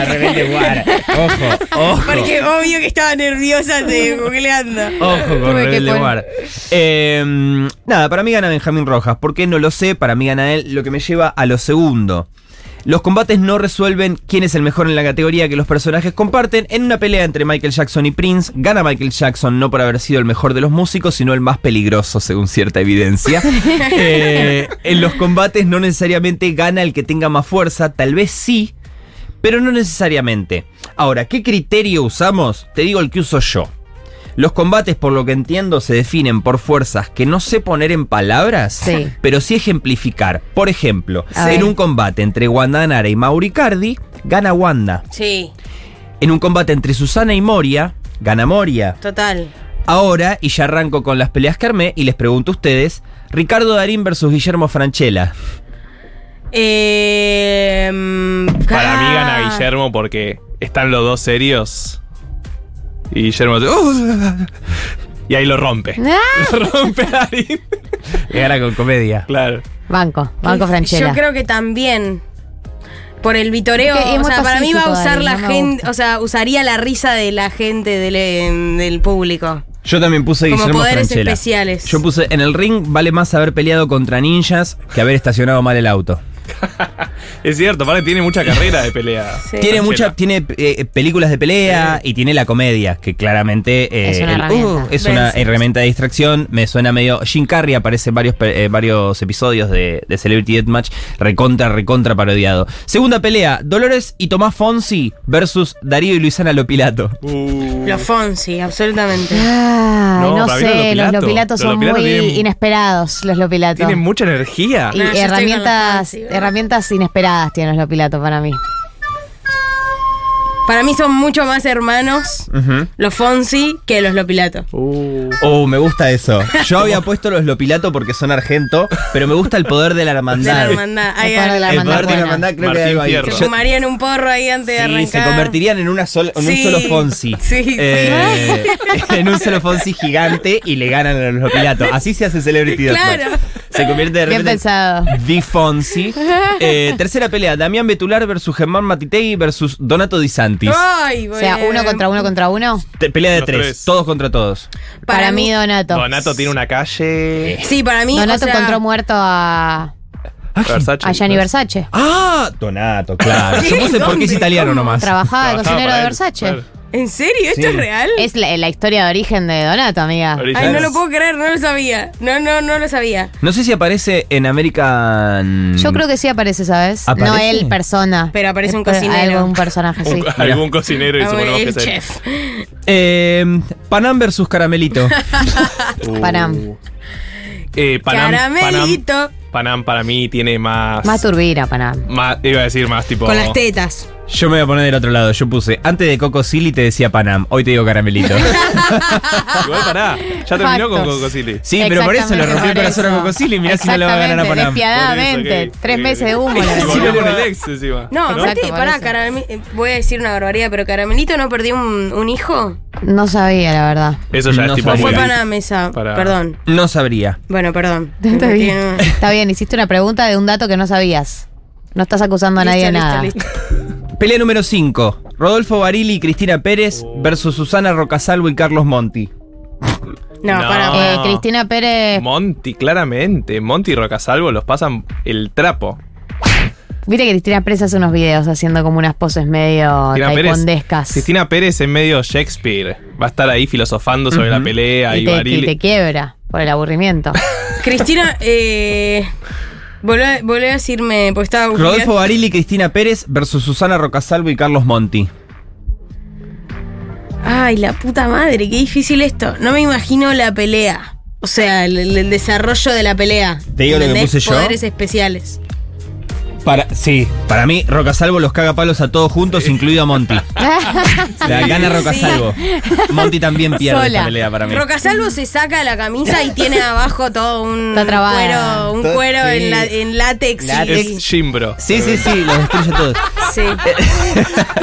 Speaker 2: Rebelde Guara. Ojo, ojo.
Speaker 4: *laughs* Porque obvio que estaba nerviosa
Speaker 2: *laughs*
Speaker 4: te googleando.
Speaker 2: Ojo
Speaker 1: Tuve
Speaker 2: con
Speaker 1: que
Speaker 2: Rebelde
Speaker 1: poner-
Speaker 2: Guara. Eh, nada, para mí gana Benjamín Rojas. ¿Por qué? No lo sé. Para mí gana él, lo que me lleva a lo segundo. Los combates no resuelven quién es el mejor en la categoría que los personajes comparten. En una pelea entre Michael Jackson y Prince, gana Michael Jackson no por haber sido el mejor de los músicos, sino el más peligroso, según
Speaker 1: *laughs*
Speaker 2: cierta evidencia. Eh, en los combates no necesariamente gana el que tenga más fuerza, tal vez sí, pero no necesariamente. Ahora, ¿qué criterio usamos? Te digo el que uso yo. Los combates, por lo que entiendo, se definen por fuerzas que no sé poner en palabras,
Speaker 1: Sí.
Speaker 2: pero sí ejemplificar. Por ejemplo,
Speaker 1: A
Speaker 2: en
Speaker 1: ver.
Speaker 2: un combate entre Wanda Nara y Mauricardi, gana Wanda.
Speaker 4: Sí,
Speaker 2: En un combate entre Susana y Moria, gana Moria.
Speaker 4: total.
Speaker 2: Ahora, y ya arranco con las peleas que armé y les pregunto a ustedes, Ricardo Darín versus Guillermo Franchella.
Speaker 4: Eh, mm,
Speaker 3: Para mí
Speaker 4: ah,
Speaker 3: gana Guillermo porque están los dos serios. Y Guillermo hace, "Uh", y ahí lo rompe.
Speaker 1: Ah,
Speaker 3: *laughs* Lo rompe Darín.
Speaker 2: Le gana con comedia.
Speaker 3: Claro.
Speaker 1: Banco, Banco Franchella.
Speaker 4: Yo creo que también. Por el vitoreo,
Speaker 1: Es que es
Speaker 4: o
Speaker 1: muy
Speaker 4: sea, para mí va a
Speaker 1: pacífico,
Speaker 4: usar
Speaker 1: Darín,
Speaker 4: la
Speaker 1: no me
Speaker 4: gente,
Speaker 1: gusta.
Speaker 4: o sea, usaría la risa de la gente del, em, del público.
Speaker 2: Yo también puse
Speaker 4: Como
Speaker 2: Guillermo
Speaker 4: poderes
Speaker 2: Francella.
Speaker 4: especiales.
Speaker 2: Yo puse, en el ring vale más haber peleado contra ninjas que haber estacionado mal el auto.
Speaker 3: Es cierto, para tiene mucha carrera de pelea.
Speaker 4: Sí.
Speaker 2: Tiene
Speaker 3: Franchella.
Speaker 2: mucha, tiene eh, películas de pelea y tiene la comedia, que claramente eh,
Speaker 1: Es una
Speaker 2: el-
Speaker 1: herramienta.
Speaker 2: es una
Speaker 4: Ven.
Speaker 2: herramienta de distracción. Me suena medio. Jim Carrey aparece en varios, pe- eh, varios episodios de, de Celebrity Deathmatch, recontra, recontra parodiado. Segunda pelea: Dolores y Tomás Fonsi versus Darío y Luisana Lopilato.
Speaker 3: Uh,
Speaker 4: Los Fonsi, absolutamente.
Speaker 1: Ay,
Speaker 3: No,
Speaker 1: no,
Speaker 3: para mí los
Speaker 1: sé, los
Speaker 3: Lopilato.
Speaker 1: lopilatos
Speaker 3: Los
Speaker 1: son
Speaker 3: Lopilato
Speaker 1: muy
Speaker 3: tienen-
Speaker 1: inesperados, los lopilatos.
Speaker 3: tiene mucha
Speaker 2: Ah.
Speaker 3: energía.
Speaker 1: Y
Speaker 4: No, yo estoy con los
Speaker 1: herramientas,
Speaker 4: Fonsi, ¿verdad?
Speaker 1: herramientas inesperadas tienen los lopilatos para mí.
Speaker 4: Para mí son mucho más hermanos
Speaker 2: Ujú.
Speaker 4: los Fonsi que los Lopilato.
Speaker 3: Uh.
Speaker 2: Oh, me gusta eso. Yo había puesto los Lopilato porque son argento, pero me gusta el poder de la
Speaker 4: De
Speaker 2: hermandad.
Speaker 4: la hermandad. Ahí
Speaker 1: Acuerdo de la
Speaker 4: habla.
Speaker 2: el
Speaker 1: hermandad
Speaker 2: poder de la
Speaker 1: buena.
Speaker 2: hermandad creo
Speaker 3: Martín
Speaker 2: que algo ahí.
Speaker 4: Se
Speaker 3: Fierro.
Speaker 2: Yo-
Speaker 4: fumarían un porro ahí antes de
Speaker 2: Sí,
Speaker 4: arrancar.
Speaker 2: se convertirían en, una sola- en
Speaker 4: Sí.
Speaker 2: un solo Fonsi.
Speaker 4: Sí,
Speaker 2: Eh, *laughs* en un solo Fonsi gigante y le ganan a los Lopilato. Así se hace Celebrity Deathmatch.
Speaker 4: Claro.
Speaker 2: Se convierte de
Speaker 1: Bien
Speaker 2: repente en
Speaker 1: pensado.
Speaker 2: Di Fonsi. Eh, tercera pelea, Damián Betular versus Germán Matitegui versus Donato Di Santis.
Speaker 4: Ay,
Speaker 1: O sea, uno contra uno contra uno.
Speaker 2: Te- Pelea de
Speaker 3: Los
Speaker 2: tres,
Speaker 3: tres.
Speaker 2: todos contra todos.
Speaker 4: Para,
Speaker 1: Para mí, Donato.
Speaker 3: Donato tiene una calle.
Speaker 4: Sí, para mí.
Speaker 1: Donato
Speaker 4: o sea,
Speaker 1: encontró muerto a,
Speaker 3: Versace.
Speaker 1: a Gianni Versache.
Speaker 2: ¡Ah! Donato,
Speaker 1: *laughs*
Speaker 2: claro. Yo puse porque es
Speaker 4: ¿Dónde?
Speaker 2: italiano
Speaker 4: ¿Cómo?
Speaker 2: nomás.
Speaker 4: Ah,
Speaker 1: Trabajaba de
Speaker 3: Trabajaba
Speaker 1: cocinero
Speaker 3: para
Speaker 1: de
Speaker 3: él,
Speaker 1: Versace.
Speaker 3: claro.
Speaker 4: ¿En serio? ¿Esto
Speaker 2: Sí.
Speaker 4: es real?
Speaker 1: Es la, la historia de origen de Donato, amiga.
Speaker 3: Original.
Speaker 4: Ah. Ay, no lo puedo creer, no lo sabía. No, no, no lo sabía.
Speaker 2: No sé si aparece en American.
Speaker 1: Yo creo que sí aparece, ¿sabes?
Speaker 2: Mm. ¿Aparece?
Speaker 1: No él, persona.
Speaker 4: Pero aparece un
Speaker 1: Pero
Speaker 4: cocinero.
Speaker 1: Algún personaje, sí.
Speaker 3: Un- algún cocinero y
Speaker 4: Ah,
Speaker 3: suponemos que
Speaker 4: el
Speaker 3: es él.
Speaker 4: chef.
Speaker 2: Eh, Panam versus Caramelito.
Speaker 1: *laughs*
Speaker 3: Uh.
Speaker 1: Panam.
Speaker 3: Eh, Panam,
Speaker 4: Caramelito.
Speaker 3: Panam, Panam para mí tiene más.
Speaker 1: Más turbina para.
Speaker 3: más- iba a decir más tipo.
Speaker 4: Con las tetas.
Speaker 2: Yo me voy a poner del otro lado. Yo puse antes de Coco Silly te decía Panam. Hoy te digo
Speaker 1: *laughs*
Speaker 2: Caramelito.
Speaker 3: *laughs* Igual pará. Ya terminó con
Speaker 1: Factos.
Speaker 3: Coco Silly.
Speaker 2: Sí, pero por eso le
Speaker 1: Exactamente,
Speaker 2: rompí el
Speaker 1: por
Speaker 2: corazón a
Speaker 1: eso.
Speaker 2: Coco Silly. Mirá si no le va a ganar a
Speaker 1: Exactamente,
Speaker 2: Panam.
Speaker 1: Despiadadamente.
Speaker 3: Por eso, ok,
Speaker 1: Tres
Speaker 3: ok.
Speaker 1: meses de
Speaker 2: *laughs*
Speaker 1: humo.
Speaker 3: *laughs* Y
Speaker 1: le
Speaker 3: se
Speaker 1: decimos.
Speaker 3: volvió con el ex encima.
Speaker 4: No, aparte,
Speaker 1: Exacto,
Speaker 4: pará,
Speaker 1: parece.
Speaker 4: Caramel- eh, voy a decir una barbaridad, pero Caramelito no perdió un, un hijo.
Speaker 1: No sabía, la verdad.
Speaker 3: Eso ya
Speaker 2: No
Speaker 3: es tipo
Speaker 2: Ah, sabía.
Speaker 4: fue
Speaker 3: muy.
Speaker 2: bueno.
Speaker 4: Panam esa.
Speaker 3: Para-
Speaker 4: Perdón.
Speaker 2: No sabría.
Speaker 4: Bueno, perdón.
Speaker 1: *laughs* Está bien.
Speaker 4: Tiene-
Speaker 1: Está bien, hiciste una pregunta de un dato que no sabías. No estás acusando a nadie de
Speaker 4: Listo,
Speaker 1: nada.
Speaker 4: listo, listo.
Speaker 2: Pelea número 5. Rodolfo Barili y Cristina Pérez versus Susana Rocasalvo y Carlos Monti.
Speaker 4: No,
Speaker 3: No.
Speaker 4: para.
Speaker 1: Eh,
Speaker 3: Ah.
Speaker 1: Cristina Pérez,
Speaker 3: Monty, claramente. Monty y Rocasalvo los pasan el trapo.
Speaker 1: viste que Cristina Pérez hace unos videos haciendo como unas poses medio
Speaker 3: Cristina
Speaker 1: taekwondescas.
Speaker 3: Pérez, Cristina Pérez en medio Shakespeare. Va a estar ahí filosofando sobre la
Speaker 2: Ujú.
Speaker 3: pelea y,
Speaker 1: y, te,
Speaker 3: Barili.
Speaker 1: y te quiebra por el
Speaker 3: *laughs*
Speaker 1: aburrimiento. *laughs*
Speaker 4: Cristina, eh. Volví a, volví a decirme, porque estaba
Speaker 2: Rodolfo
Speaker 4: googleando.
Speaker 2: Barili y Cristina Pérez versus Susana Rocasalvo y Carlos Monti.
Speaker 4: Ay, la puta madre, qué difícil esto. No me imagino la pelea. O sea, el, el- el desarrollo de la pelea.
Speaker 2: Te digo lo que
Speaker 4: ¿Entendés?
Speaker 2: puse yo.
Speaker 4: Poderes especiales.
Speaker 2: Para, sí, para mí Rocasalvo los caga palos a todos juntos, incluido a Monty. La gana Rocasalvo. Monty también pierde
Speaker 1: Sola.
Speaker 2: esta pelea para mí.
Speaker 4: Rocasalvo se saca la camisa y tiene abajo todo
Speaker 1: *laughs*
Speaker 4: un
Speaker 1: Está trabada.
Speaker 4: cuero, un
Speaker 2: Todo-
Speaker 4: cuero
Speaker 2: sí.
Speaker 4: en, la- en látex. y-
Speaker 2: Látex.
Speaker 3: Es Jimbro.
Speaker 2: Sí, sí, sí, los destruye a todos.
Speaker 1: *laughs*
Speaker 4: Sí.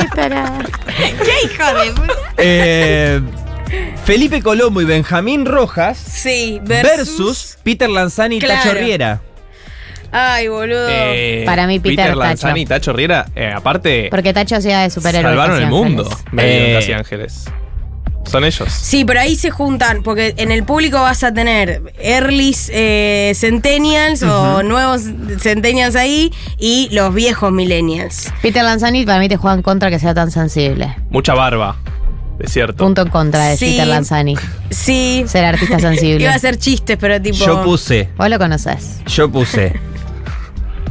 Speaker 4: *laughs* ¿Qué hijo de puta?
Speaker 2: Eh, Felipe Colombo y Benjamín Rojas
Speaker 4: Sí,
Speaker 2: versus,
Speaker 4: versus.
Speaker 2: Peter Lanzani y
Speaker 4: Claro.
Speaker 2: Tacho Riera.
Speaker 4: Ay, boludo.
Speaker 3: Eh,
Speaker 1: Para mí, Peter Tacho.
Speaker 3: Lanzani y Tacho Riera, eh, aparte,
Speaker 1: Porque Tacho hacía de superhéroe.
Speaker 3: salvaron
Speaker 1: casi
Speaker 3: el
Speaker 1: ángeles.
Speaker 3: mundo. medio
Speaker 2: Eh.
Speaker 3: Casi Ángeles. Son ellos.
Speaker 4: Sí, pero ahí se juntan, porque en el público vas a tener earlys eh, centennials o nuevos centennials ahí y los viejos millennials.
Speaker 1: Peter Lanzani para mí te juega en contra que sea tan sensible.
Speaker 3: Mucha barba. Es cierto.
Speaker 1: Punto en contra de
Speaker 4: Sí.
Speaker 1: Peter Lanzani.
Speaker 4: Sí,
Speaker 1: Ser artista sensible.
Speaker 4: *laughs* iba a hacer chistes, pero tipo...
Speaker 2: Yo puse,
Speaker 1: Vos lo conocés.
Speaker 2: yo puse.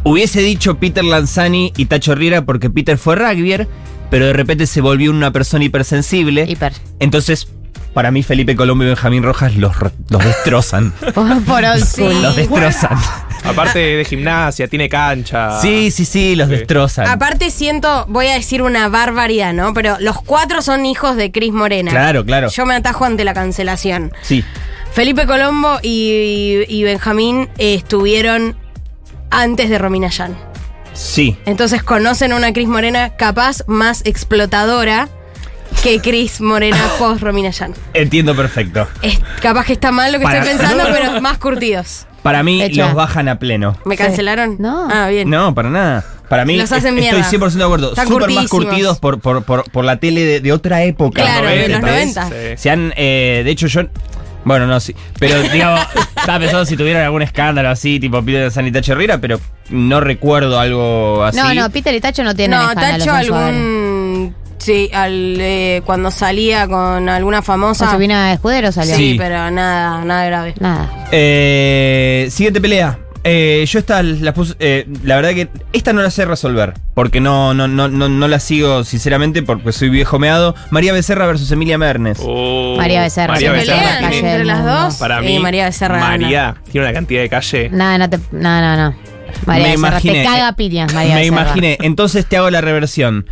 Speaker 2: Hubiese dicho Peter Lanzani y Tacho Riera porque Peter fue rugbyer, pero de repente se volvió una persona
Speaker 3: ¿Eh?
Speaker 2: hipersensible.
Speaker 1: Hiper.
Speaker 2: Entonces, para mí, Felipe Colombo y Benjamín Rojas los, re- los destrozan.
Speaker 1: Por,
Speaker 3: *laughs*
Speaker 1: por old
Speaker 4: *laughs* Sí.
Speaker 1: school.
Speaker 2: los destrozan.
Speaker 3: Aparte de gimnasia, tiene cancha.
Speaker 2: Sí, sí, sí, los
Speaker 3: Ah. Sí.
Speaker 2: destrozan.
Speaker 4: Aparte siento, voy a decir una barbaridad, ¿no? Pero los cuatro son hijos de Cris Morena.
Speaker 2: Claro, claro.
Speaker 4: Yo me atajo ante la cancelación.
Speaker 2: Sí.
Speaker 4: Felipe Colombo y, y Benjamín eh, estuvieron antes de Romina Yan.
Speaker 2: Sí.
Speaker 4: Entonces conocen a una Cris Morena capaz más explotadora que
Speaker 2: *coughs*
Speaker 4: Cris Morena post Romina Yan.
Speaker 2: Entiendo perfecto.
Speaker 4: Es, capaz que está mal lo que
Speaker 2: Para- *laughs*
Speaker 4: estoy pensando, pero más curtidos.
Speaker 2: Para mí
Speaker 1: Hecha.
Speaker 2: los bajan a pleno.
Speaker 4: ¿Me
Speaker 1: Sí.
Speaker 4: cancelaron?
Speaker 1: No.
Speaker 4: Ah, bien.
Speaker 2: No, para nada. Para mí
Speaker 4: Los hacen
Speaker 2: es- estoy
Speaker 4: mierda.
Speaker 2: 100% de acuerdo.
Speaker 4: Están
Speaker 2: Súper más
Speaker 4: curtidísimos.
Speaker 2: curtidos por, por, por, por la tele de, de otra época.
Speaker 4: Claro,
Speaker 2: ¿no?
Speaker 4: de los
Speaker 2: ¿Te parece?
Speaker 4: 90.
Speaker 3: Sí.
Speaker 2: Se han, eh, de hecho yo, bueno, no, sí, pero digamos,
Speaker 4: *laughs*
Speaker 2: estaba pensando si tuvieran algún escándalo así, tipo Peter Sanita Herrera, pero no recuerdo algo así.
Speaker 1: No, no, Peter y Tacho no tienen
Speaker 4: No,
Speaker 1: escándalos
Speaker 4: Tacho
Speaker 1: en su haber.
Speaker 4: algún... Sí, al, eh, cuando salía con alguna
Speaker 1: Con
Speaker 4: famosa...
Speaker 1: Silvina Escudero salió.
Speaker 4: Sí,
Speaker 2: Sí.
Speaker 4: pero nada, nada grave.
Speaker 1: Nada.
Speaker 2: Eh, siguiente pelea. Eh, yo esta la puse. eh, la verdad que esta no la sé resolver. Porque no, no, no, no, no la sigo sinceramente porque soy viejo meado. María Becerra versus Emilia Mernes. Uh,
Speaker 3: Oh,
Speaker 1: María Becerra.
Speaker 3: María
Speaker 1: Se
Speaker 3: Becerra
Speaker 1: pelean
Speaker 3: tiene-
Speaker 1: calle
Speaker 4: entre
Speaker 1: del
Speaker 4: las
Speaker 1: mundo.
Speaker 4: dos.
Speaker 3: Para
Speaker 4: Eh,
Speaker 3: mí,
Speaker 4: María Becerra gana.
Speaker 3: María tiene una cantidad de calle.
Speaker 1: Nada, no te. No, no, no. María Becerra, te caga piñas, María
Speaker 2: Me
Speaker 1: Becerra.
Speaker 2: imaginé. Entonces te hago la reversión.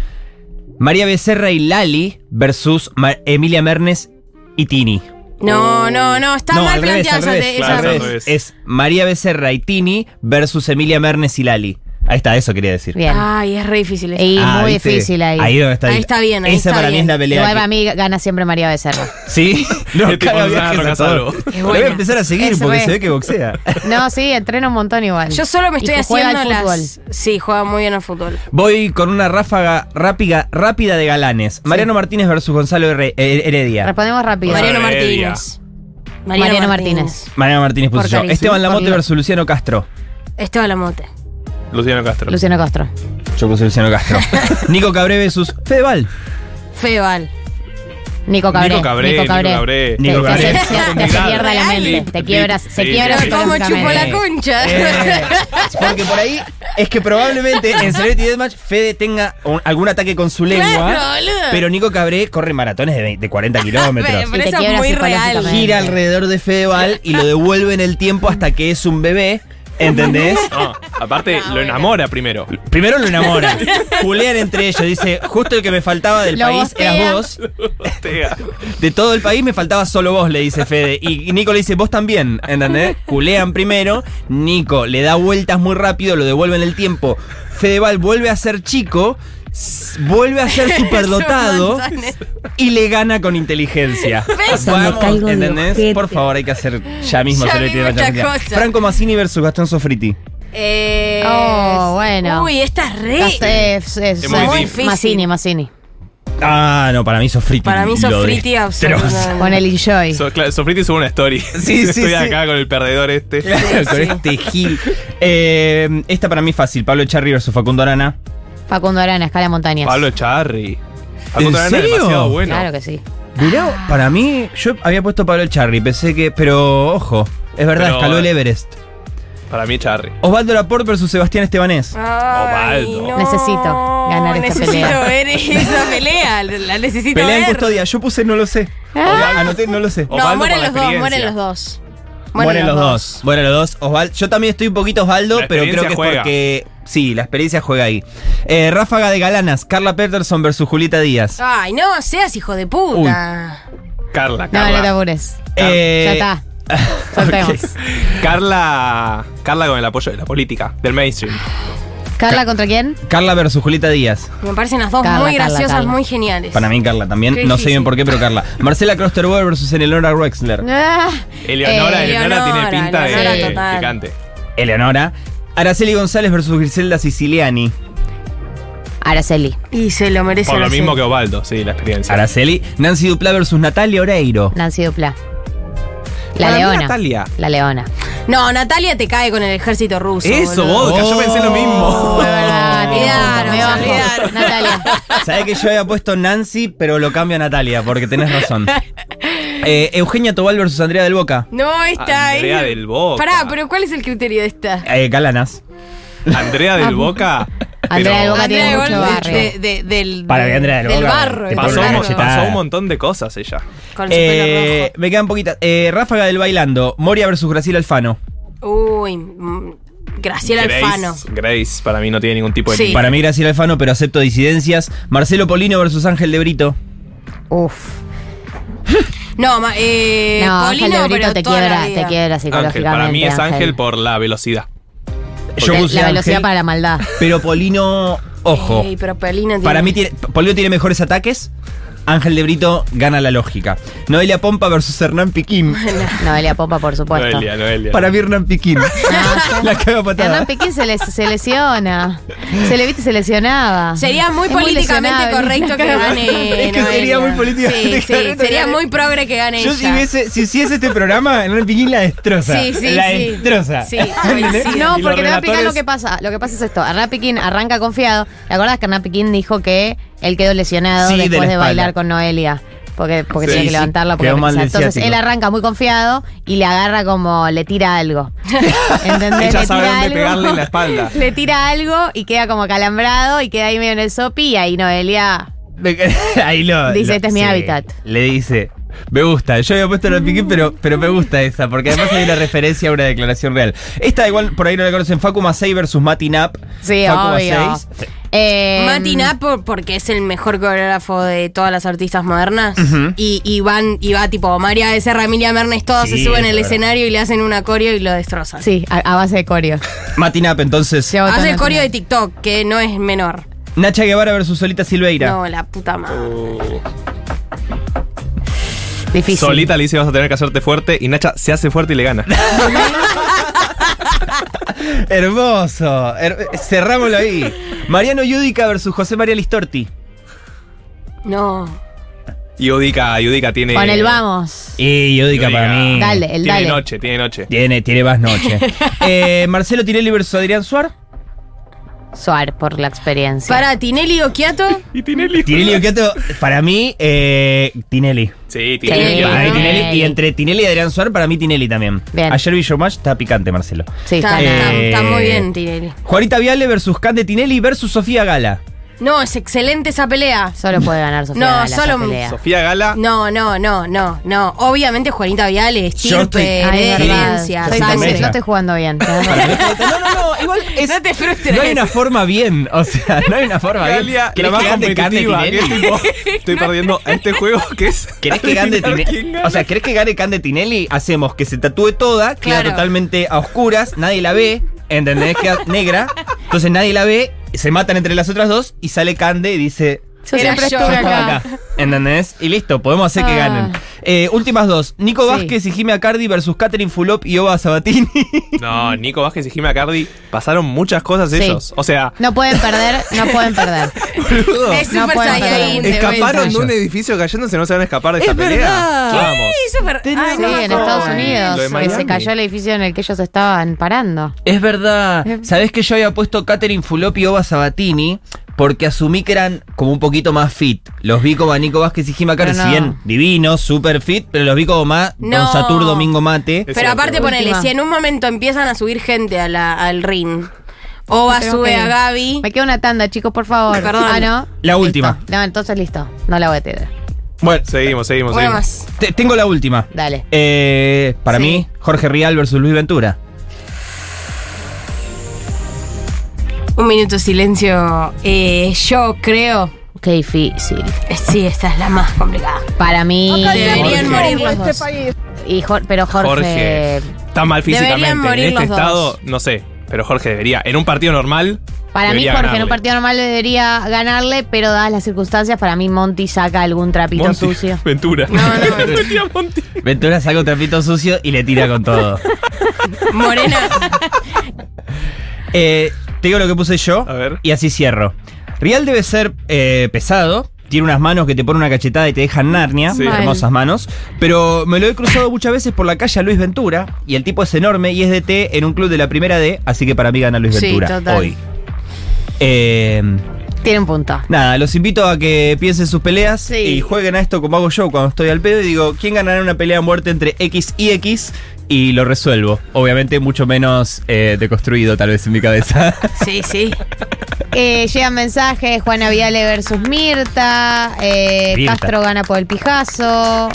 Speaker 2: María Becerra y Lali versus Ma- Emilia Mernes y Tini.
Speaker 4: No, no, no, está
Speaker 2: no,
Speaker 4: mal
Speaker 2: al revés,
Speaker 4: planteado.
Speaker 2: al
Speaker 4: esa
Speaker 2: revés,
Speaker 4: te-
Speaker 2: claro,
Speaker 4: esa-
Speaker 2: al revés. Es María Becerra y Tini versus Emilia Mernes y Lali. Ahí está, eso quería decir.
Speaker 1: Bien.
Speaker 4: Ay, es re difícil. esa.
Speaker 1: y
Speaker 2: Ah,
Speaker 1: muy
Speaker 2: ¿viste?
Speaker 1: difícil ahí.
Speaker 2: Ahí donde está,
Speaker 4: Ahí está bien, ahí
Speaker 2: Esa
Speaker 4: está
Speaker 2: para mí
Speaker 4: bien.
Speaker 2: es la pelea.
Speaker 1: Igual
Speaker 2: que-
Speaker 1: para mí gana siempre María Becerra.
Speaker 2: ¿Sí?
Speaker 3: Qué tipo
Speaker 2: cada
Speaker 3: de
Speaker 2: viaje
Speaker 3: narco,
Speaker 2: es a todo.
Speaker 3: Casaro.
Speaker 4: Es
Speaker 2: Lo voy
Speaker 4: buena.
Speaker 2: a empezar a seguir
Speaker 1: Eso
Speaker 2: porque
Speaker 1: fue.
Speaker 2: se ve que boxea.
Speaker 1: No, sí, entrena un montón igual.
Speaker 4: Yo solo me
Speaker 1: Y
Speaker 4: estoy
Speaker 1: que juega
Speaker 4: haciendo
Speaker 1: al fútbol.
Speaker 4: las. Sí, juega muy bien al fútbol.
Speaker 2: Voy con una ráfaga rápida, rápida de galanes. Mariano Martínez versus Gonzalo Herre- Her- Heredia.
Speaker 1: Respondemos rápido.
Speaker 4: Mariano
Speaker 3: Heredia.
Speaker 4: Martínez.
Speaker 1: Mariano Martínez.
Speaker 2: Mariano Martínez puso
Speaker 4: Por
Speaker 2: yo.
Speaker 4: carísimo.
Speaker 2: Esteban Lamote
Speaker 1: Por la-
Speaker 2: versus Luciano Castro.
Speaker 4: Esteban Lamote.
Speaker 3: Luciano Castro.
Speaker 1: Luciano Castro.
Speaker 2: Yo puse Luciano Castro.
Speaker 4: *laughs*
Speaker 2: Nico Cabré versus Fedeval.
Speaker 4: Feval.
Speaker 1: Nico Cabré.
Speaker 3: Nico Cabré, Nico Cabré.
Speaker 1: Te-
Speaker 2: Nico
Speaker 1: te-
Speaker 2: Cabré.
Speaker 1: te- te- te- se
Speaker 3: Complicado.
Speaker 1: pierde la
Speaker 4: Real.
Speaker 1: mente. Te
Speaker 3: Sí,
Speaker 1: quiebras, se
Speaker 3: sí,
Speaker 1: quiebras
Speaker 3: sí.
Speaker 4: ¿Cómo chupo la
Speaker 1: económicamente.
Speaker 4: concha?
Speaker 2: Eh, porque por ahí es que probablemente en Celebrity Deathmatch Fede tenga un- algún ataque con su lengua.
Speaker 4: Claro, boludo.
Speaker 2: pero Nico Cabré corre maratones de, 20 de
Speaker 4: *laughs*
Speaker 2: 40 kilómetros.
Speaker 4: Pero
Speaker 1: Y te
Speaker 4: eso es
Speaker 1: quiebras
Speaker 4: muy real.
Speaker 1: psicológicamente.
Speaker 2: Gira alrededor de Fedeval y lo devuelve en el tiempo hasta que es un bebé. ¿Entendés?
Speaker 3: No,
Speaker 1: *laughs*
Speaker 3: aparte, lo enamora primero.
Speaker 2: Primero lo enamora. Julean entre ellos. Dice, justo el que me faltaba del
Speaker 1: Lo
Speaker 2: país
Speaker 1: bostean.
Speaker 2: eras vos. De todo el país me faltaba solo vos, le dice Fede. Y Nico le dice, vos también, ¿entendés? Culean primero, Nico le da vueltas muy rápido, lo devuelve en el tiempo. Fedeval vuelve a ser chico, s- vuelve a ser superdotado
Speaker 4: Son montones.
Speaker 2: *laughs* y le gana con
Speaker 4: *laughs*
Speaker 2: inteligencia. Vamos, ¿entendés? Por favor, hay que hacer ya mismo.
Speaker 4: Ya
Speaker 2: sobre
Speaker 4: mismo
Speaker 2: el tema de
Speaker 4: otra
Speaker 2: Argentina.
Speaker 4: cosa.
Speaker 2: Franco Massini versus Gastón Sofriti.
Speaker 4: Eh,
Speaker 1: Oh, bueno.
Speaker 4: Uy, esta es re.
Speaker 1: Gast- eh, f- eh,
Speaker 3: muy
Speaker 1: Sa-
Speaker 4: difícil.
Speaker 1: Massini, Massini.
Speaker 2: Ah, no, para mí Sofriti.
Speaker 4: Para mí
Speaker 2: lo
Speaker 4: Sofriti
Speaker 2: destroza.
Speaker 4: absolutamente.
Speaker 1: Con el Enjoy.
Speaker 3: *laughs* So, claro, Sofriti sube una story.
Speaker 2: Sí, sí,
Speaker 3: *laughs* Estoy
Speaker 2: sí.
Speaker 3: acá con el perdedor este.
Speaker 2: Claro, *laughs* con este gil. Eh, esta para mí es fácil. Pablo Echarri versus Facundo Arana.
Speaker 1: Facundo Arana, escala montañas.
Speaker 3: Pablo Charri.
Speaker 2: ¿En serio?
Speaker 3: demasiado bueno.
Speaker 1: Claro que sí.
Speaker 2: Mirá, para mí, yo había puesto Pablo Echarri, pensé que. Pero ojo, es verdad,
Speaker 3: Pero-
Speaker 2: escaló el Everest.
Speaker 3: Para mí, Charri.
Speaker 2: Osvaldo Laporte versus Sebastián Estebanés.
Speaker 4: Ay,
Speaker 3: Ovaldo.
Speaker 4: no.
Speaker 1: Necesito ganar esta
Speaker 4: necesito
Speaker 1: pelea.
Speaker 4: ver esa pelea. La necesito
Speaker 2: Pelea en
Speaker 4: ver.
Speaker 2: custodia, yo puse no lo sé.
Speaker 4: Ah.
Speaker 2: Oval- Anoté, no lo sé.
Speaker 4: No,
Speaker 3: Ovaldo
Speaker 4: mueren
Speaker 3: por la
Speaker 4: los dos, mueren
Speaker 3: experiencia.
Speaker 4: los dos.
Speaker 2: Mueren los dos. Mueren los dos. Osvaldo. Yo también estoy un poquito Osvaldo,
Speaker 3: La
Speaker 2: pero creo
Speaker 3: experiencia
Speaker 2: que es
Speaker 3: juega.
Speaker 2: porque. Sí, la experiencia juega ahí. Eh, Ráfaga de Galanas, Carla Peterson versus Julieta Díaz.
Speaker 4: Ay, no seas hijo de puta.
Speaker 3: Carla,
Speaker 1: No, no te
Speaker 3: Carla.
Speaker 1: apures.
Speaker 2: Eh,
Speaker 1: Ya
Speaker 3: *laughs*
Speaker 1: está. Soltemos.
Speaker 3: Carla. Carla con el apoyo de la política, del mainstream.
Speaker 1: ¿Carla contra quién?
Speaker 2: Carla versus Julieta Díaz.
Speaker 4: Me parecen las dos
Speaker 1: Carla,
Speaker 4: muy
Speaker 1: Carla,
Speaker 4: graciosas,
Speaker 1: Carla.
Speaker 4: muy geniales.
Speaker 2: Para mí Carla también.
Speaker 4: Qué
Speaker 2: No sé
Speaker 4: difícil.
Speaker 2: bien por qué, pero Carla. Marcela Crosterboer versus Eleonora Wexler.
Speaker 1: Ah,
Speaker 3: Eleonora,
Speaker 1: eh,
Speaker 3: Eleonora
Speaker 4: Eleonora,
Speaker 3: tiene pinta
Speaker 4: Eleonora
Speaker 3: de
Speaker 4: total.
Speaker 3: picante.
Speaker 2: Eleonora. Araceli González versus Griselda Siciliani.
Speaker 1: Araceli.
Speaker 4: Y se lo merece
Speaker 3: Por lo
Speaker 4: Araceli.
Speaker 3: mismo que Ovaldo, sí, la experiencia.
Speaker 2: Araceli. Nancy Dupla versus Natalia Oreiro.
Speaker 1: Nancy Dupla. La
Speaker 3: Para mí,
Speaker 1: leona.
Speaker 3: Natalia.
Speaker 1: La leona.
Speaker 4: No, Natalia te cae con el ejército ruso.
Speaker 3: Eso,
Speaker 4: boludo.
Speaker 3: vodka, yo pensé lo mismo.
Speaker 2: *laughs*
Speaker 1: Es verdad, tiene razón,
Speaker 4: Olvidaron,
Speaker 1: me
Speaker 4: se
Speaker 1: bajo.
Speaker 4: olvidaron. *laughs*
Speaker 1: Natalia.
Speaker 2: Sabés que yo había puesto Nancy, pero lo cambio a Natalia, porque tenés razón. Eh, Eugenia Tobal versus Andrea del Boca.
Speaker 4: No, está ahí.
Speaker 3: Andrea del Boca.
Speaker 4: Pará, pero ¿cuál es el criterio de esta?
Speaker 2: Eh, Galanas.
Speaker 3: Andrea del Boca.
Speaker 1: Andrea del
Speaker 3: pero
Speaker 1: Boca tiene
Speaker 4: Andrea
Speaker 1: mucho
Speaker 4: igual
Speaker 1: barrio.
Speaker 4: de- de- del,
Speaker 2: Para mí,
Speaker 4: de-
Speaker 2: Andrea del
Speaker 4: del
Speaker 2: Boca,
Speaker 4: barro.
Speaker 2: te
Speaker 4: el
Speaker 2: pone
Speaker 3: Pasó,
Speaker 2: una
Speaker 4: barro.
Speaker 2: cachetada.
Speaker 3: pasó un montón de cosas ella.
Speaker 4: Con su pelo
Speaker 2: Eh, me quedan poquitas. Eh, Ráfaga del Bailando. Moria versus Graciela Alfano.
Speaker 4: rojo. Uy, mm, Graciela
Speaker 3: Grace,
Speaker 4: Alfano.
Speaker 3: Grace, para mí no tiene ningún tipo de
Speaker 4: Sí.
Speaker 2: Para mí Graciela Alfano, pero acepto disidencias. Marcelo Polino versus Ángel de Brito.
Speaker 1: Uf.
Speaker 4: No, ma- eh,
Speaker 1: No, Ángel
Speaker 4: Polino,
Speaker 1: de Brito
Speaker 4: pero
Speaker 1: te
Speaker 4: toda
Speaker 1: quiebra,
Speaker 4: la vida.
Speaker 1: te quiebra psicológicamente.
Speaker 3: Ángel, para mí es Ángel por la velocidad.
Speaker 2: Yo
Speaker 1: La-
Speaker 2: puse
Speaker 1: la velocidad
Speaker 2: Ángel,
Speaker 1: para la
Speaker 4: *laughs*
Speaker 1: maldad.
Speaker 2: Pero Polino, ojo.
Speaker 4: Ey, pero Polino tiene-
Speaker 2: Para mí, tiene, Polino tiene mejores ataques. Ángel de Brito gana la lógica. Noelia Pompa versus Hernán Piquín.
Speaker 1: Noelia Popa, por supuesto.
Speaker 3: Noelia, Noelia.
Speaker 2: Para mí, Hernán
Speaker 1: *laughs*
Speaker 2: Piquín.
Speaker 3: *laughs*
Speaker 2: la cago a
Speaker 1: Hernán
Speaker 2: patada.
Speaker 1: Piquín se, les, se lesiona. Se le viste, se lesionaba.
Speaker 4: Sería muy
Speaker 1: Es muy
Speaker 4: políticamente
Speaker 1: lesionable. *laughs*
Speaker 4: correcto que gane.
Speaker 2: *laughs* Es que sería
Speaker 4: Noelia.
Speaker 2: muy políticamente
Speaker 4: Sí, sí,
Speaker 2: correcto
Speaker 4: sería
Speaker 2: que gane.
Speaker 4: muy progre que gane
Speaker 2: Yo,
Speaker 4: ella.
Speaker 2: si, hubiese- si hiciese este programa, *laughs* Hernán Piquín la destroza.
Speaker 4: Sí, sí,
Speaker 2: la
Speaker 4: sí.
Speaker 2: destroza.
Speaker 4: Sí,
Speaker 2: *laughs* ¿Entendés?
Speaker 4: coincido.
Speaker 1: No,
Speaker 2: Y los
Speaker 1: porque te voy a explicar
Speaker 2: relatores-
Speaker 1: lo que pasa. Lo que pasa es esto. Hernán Piquín arranca confiado. ¿Te acordás que Hernán Piquín dijo que él quedó lesionado
Speaker 2: Sí, de la
Speaker 1: después de,
Speaker 2: espalda.
Speaker 1: bailar con Noelia? Porque, porque
Speaker 2: Sí,
Speaker 1: tenía que
Speaker 2: sí.
Speaker 1: levantarla. Porque
Speaker 2: Quedó mal del
Speaker 1: Entonces
Speaker 2: ciático.
Speaker 1: él arranca muy confiado y le agarra como le tira
Speaker 2: *laughs*
Speaker 1: algo. ¿Entendés?
Speaker 3: Ella
Speaker 1: le
Speaker 3: sabe
Speaker 1: tira
Speaker 3: dónde
Speaker 1: algo.
Speaker 3: pegarle en la espalda.
Speaker 1: *laughs* Le tira algo y queda como calambrado y queda ahí medio en el sopi y ahí Noelia.
Speaker 2: *laughs* Ahí lo.
Speaker 1: Dice,
Speaker 2: lo-
Speaker 1: "Este es mi hábitat".
Speaker 2: Le dice. Me gusta, yo había puesto Hernán Piquín, pero, pero me gusta esa, porque además hay una referencia a una declaración real. Esta igual por ahí no la conocen, Facu Macei versus Mati Nap.
Speaker 1: Sí,
Speaker 2: Facu
Speaker 1: obvio.
Speaker 2: Macei.
Speaker 1: Eh,
Speaker 4: Mati Napo, porque es el mejor coreógrafo de todas las artistas modernas. y, y van, y va tipo María Becerra, Emilia Mernes, todos
Speaker 2: Sí,
Speaker 4: se suben al
Speaker 2: claro.
Speaker 4: escenario y le hacen una coreo y lo destrozan.
Speaker 1: Sí, a, a base de coreo.
Speaker 2: Matinap, entonces.
Speaker 1: Se votan
Speaker 4: Hace
Speaker 1: al
Speaker 4: coreo de
Speaker 1: final.
Speaker 4: TikTok, que no es menor.
Speaker 2: Nacha Guevara versus Solita Silveira.
Speaker 4: No, la puta
Speaker 3: Oh.
Speaker 4: madre.
Speaker 1: Difícil.
Speaker 3: Uh, Solita le dice vas a tener que hacerte fuerte y Nacha se hace fuerte y le
Speaker 2: *laughs*
Speaker 3: gana.
Speaker 2: Hermoso. Her- cerrámoslo ahí. Mariano Yudica versus José María Listorti.
Speaker 4: No.
Speaker 3: Y Udica, y Udica tiene.
Speaker 1: Con el vamos.
Speaker 2: eh, Y Yudica para mí.
Speaker 1: Dale. el
Speaker 3: tiene
Speaker 1: dale.
Speaker 3: noche, tiene noche.
Speaker 2: Tiene, tiene más
Speaker 3: *laughs*
Speaker 2: noche. Eh, Marcelo Tinelli versus Adrián Suar.
Speaker 1: Suar, por la experiencia.
Speaker 4: Para Tinelli o Quiato,
Speaker 3: Y Tinelli.
Speaker 2: Tinelli Occhiato, para mí, eh, Tinelli.
Speaker 3: Sí,
Speaker 1: Sí.
Speaker 3: Tinelli.
Speaker 2: Para mí
Speaker 3: Ay, Tinelli.
Speaker 2: Tinelli. Y entre Tinelli y Adrián Suar, para mí Tinelli también.
Speaker 1: Bien.
Speaker 2: Ayer vi Showmatch, está picante, Marcelo.
Speaker 1: Sí,
Speaker 4: está,
Speaker 1: está-
Speaker 4: está-
Speaker 2: Eh.
Speaker 4: está muy bien Tinelli.
Speaker 2: Juanita Viale versus Kat de Tinelli versus Sofía
Speaker 3: *laughs*
Speaker 2: Gala.
Speaker 4: No, es excelente esa pelea.
Speaker 1: Solo puede ganar Sofía. Ah,
Speaker 4: No,
Speaker 1: Gala esa
Speaker 4: solo-
Speaker 1: pelea.
Speaker 3: Sofía Gala.
Speaker 4: No, no, no, no, no. Obviamente Juanita Viale,
Speaker 2: Yo estoy-
Speaker 4: estirpe,
Speaker 1: Ay, es verdad.
Speaker 4: herencia,
Speaker 1: Estoy-
Speaker 2: Sangre.
Speaker 1: no estoy jugando bien. tenés razón.
Speaker 2: No, no, no,
Speaker 3: *laughs*
Speaker 2: igual es-
Speaker 4: No te frustres.
Speaker 2: No hay una forma bien, o sea, no hay una forma bien.
Speaker 3: Galia, la más competitiva. que es
Speaker 2: Tinelli?
Speaker 3: tipo, estoy perdiendo a este juego que es.
Speaker 2: ¿Querés
Speaker 3: *laughs*
Speaker 2: que gane
Speaker 3: adivinar quién
Speaker 2: Tinelli?
Speaker 3: gana.
Speaker 2: O sea, ¿querés que gane Can de Tinelli? Hacemos que se tatúe toda, queda
Speaker 4: Claro.
Speaker 2: totalmente a oscuras, nadie la ve, ¿entendés?
Speaker 1: *laughs*
Speaker 2: Queda negra, entonces nadie la ve, se matan entre las otras dos y sale Cande y dice.
Speaker 1: Yo
Speaker 4: Era
Speaker 1: siempre
Speaker 4: yo.
Speaker 1: estuve
Speaker 2: "Yo estaba
Speaker 1: acá.
Speaker 2: acá", ¿Entendés? Y listo, podemos hacer que
Speaker 1: Ah.
Speaker 2: ganen. Eh, últimas dos. Nico
Speaker 1: Sí.
Speaker 2: Vázquez y Jimmy Acardi versus Catherine Fulop y Oba Sabatini.
Speaker 3: No, Nico Vázquez y Jimmy Acardi pasaron muchas cosas
Speaker 1: Sí.
Speaker 3: ellos.
Speaker 1: *laughs*
Speaker 3: O sea,
Speaker 1: No pueden perder, no pueden perder.
Speaker 3: boludo, *laughs*
Speaker 4: Es
Speaker 1: No
Speaker 4: super
Speaker 1: puedo
Speaker 4: Saiyajin
Speaker 1: parar.
Speaker 4: de
Speaker 3: escaparon de
Speaker 4: vuelta.
Speaker 3: un edificio cayéndose, no se van a escapar de esta
Speaker 2: Es
Speaker 3: pelea.
Speaker 2: verdad. ¿Qué?
Speaker 3: Vamos.
Speaker 4: Sí, super- *laughs* Ay,
Speaker 1: Sí,
Speaker 4: no me
Speaker 1: en
Speaker 4: acuerdo.
Speaker 1: Estados
Speaker 3: Lo de
Speaker 1: Unidos, que se
Speaker 3: Miami.
Speaker 1: cayó el edificio en el que ellos estaban parando.
Speaker 2: Es verdad.
Speaker 1: Eh.
Speaker 2: Sabés que yo había puesto Catherine Fulop y Oba Sabatini porque asumí que eran como un poquito más fit. Los vi como a Nico Vázquez y Jim Acardi,
Speaker 1: Pero
Speaker 2: si
Speaker 1: no.
Speaker 2: bien divinos, super fit, pero los vi como más Don
Speaker 4: No.
Speaker 2: Satur Domingo Mate.
Speaker 3: Es
Speaker 4: Pero
Speaker 3: cierto.
Speaker 4: aparte ponele,
Speaker 1: Última.
Speaker 4: si en un momento empiezan a subir gente a la- al ring, Oba
Speaker 1: Creo
Speaker 4: sube
Speaker 1: que-
Speaker 4: a Gaby.
Speaker 1: Me queda una tanda, chicos, por favor.
Speaker 4: Perdón.
Speaker 1: Ah, no.
Speaker 2: La última.
Speaker 1: Listo. No, entonces listo. No la voy a tener.
Speaker 3: Bueno, seguimos, seguimos,
Speaker 4: Una
Speaker 3: seguimos.
Speaker 4: más.
Speaker 2: Te- tengo la última.
Speaker 1: Dale.
Speaker 2: Eh, para
Speaker 4: Sí.
Speaker 2: mí, Jorge Rial versus Luis Ventura.
Speaker 4: Un minuto de silencio. Eh, yo creo.
Speaker 1: Qué difícil.
Speaker 4: eh, Sí, esta es la más complicada.
Speaker 1: Para mí.
Speaker 4: Deberían
Speaker 3: Jorge.
Speaker 4: morir este los dos.
Speaker 1: Y Jor- pero Jorge,
Speaker 3: Jorge está mal
Speaker 4: Deberían
Speaker 3: físicamente. En
Speaker 4: morir
Speaker 3: este
Speaker 4: los dos.
Speaker 3: estado, no sé. Pero Jorge debería. En un partido normal.
Speaker 1: Para mí,
Speaker 3: debería
Speaker 1: Jorge en
Speaker 3: ganarle.
Speaker 1: un partido normal debería ganarle, pero dadas las circunstancias, para mí Monty saca algún trapito
Speaker 3: Monti-
Speaker 1: sucio.
Speaker 3: *laughs* Ventura.
Speaker 4: No, no, no.
Speaker 3: *laughs* Metía a Monti.
Speaker 2: Ventura saca un trapito sucio y le tira con todo.
Speaker 4: Morena.
Speaker 1: *laughs*
Speaker 2: Eh, te digo lo que puse yo.
Speaker 3: A ver.
Speaker 2: Y así cierro. Rial debe ser eh, pesado. Tiene unas manos que te ponen una cachetada y te dejan Narnia.
Speaker 3: Sí.
Speaker 2: Hermosas manos. Pero me lo he cruzado muchas veces por la calle a Luis Ventura. Y el tipo es enorme y es DT en un club de la primera D. Así que para mí gana Luis
Speaker 4: Sí,
Speaker 2: Ventura
Speaker 4: total.
Speaker 2: hoy. Eh,
Speaker 1: Tiene un punto.
Speaker 2: nada, los invito a que piensen sus peleas
Speaker 1: Sí.
Speaker 2: y jueguen a esto como hago yo cuando estoy al pedo y digo, ¿quién ganará una pelea a muerte entre X y X? Y lo resuelvo. Obviamente mucho menos eh, deconstruido tal vez en mi cabeza.
Speaker 4: Sí, sí.
Speaker 1: Eh, llegan mensajes, Juana Viale versus Mirta, eh,
Speaker 2: Mirta.
Speaker 1: Castro gana por el
Speaker 3: *laughs*
Speaker 1: pijazo,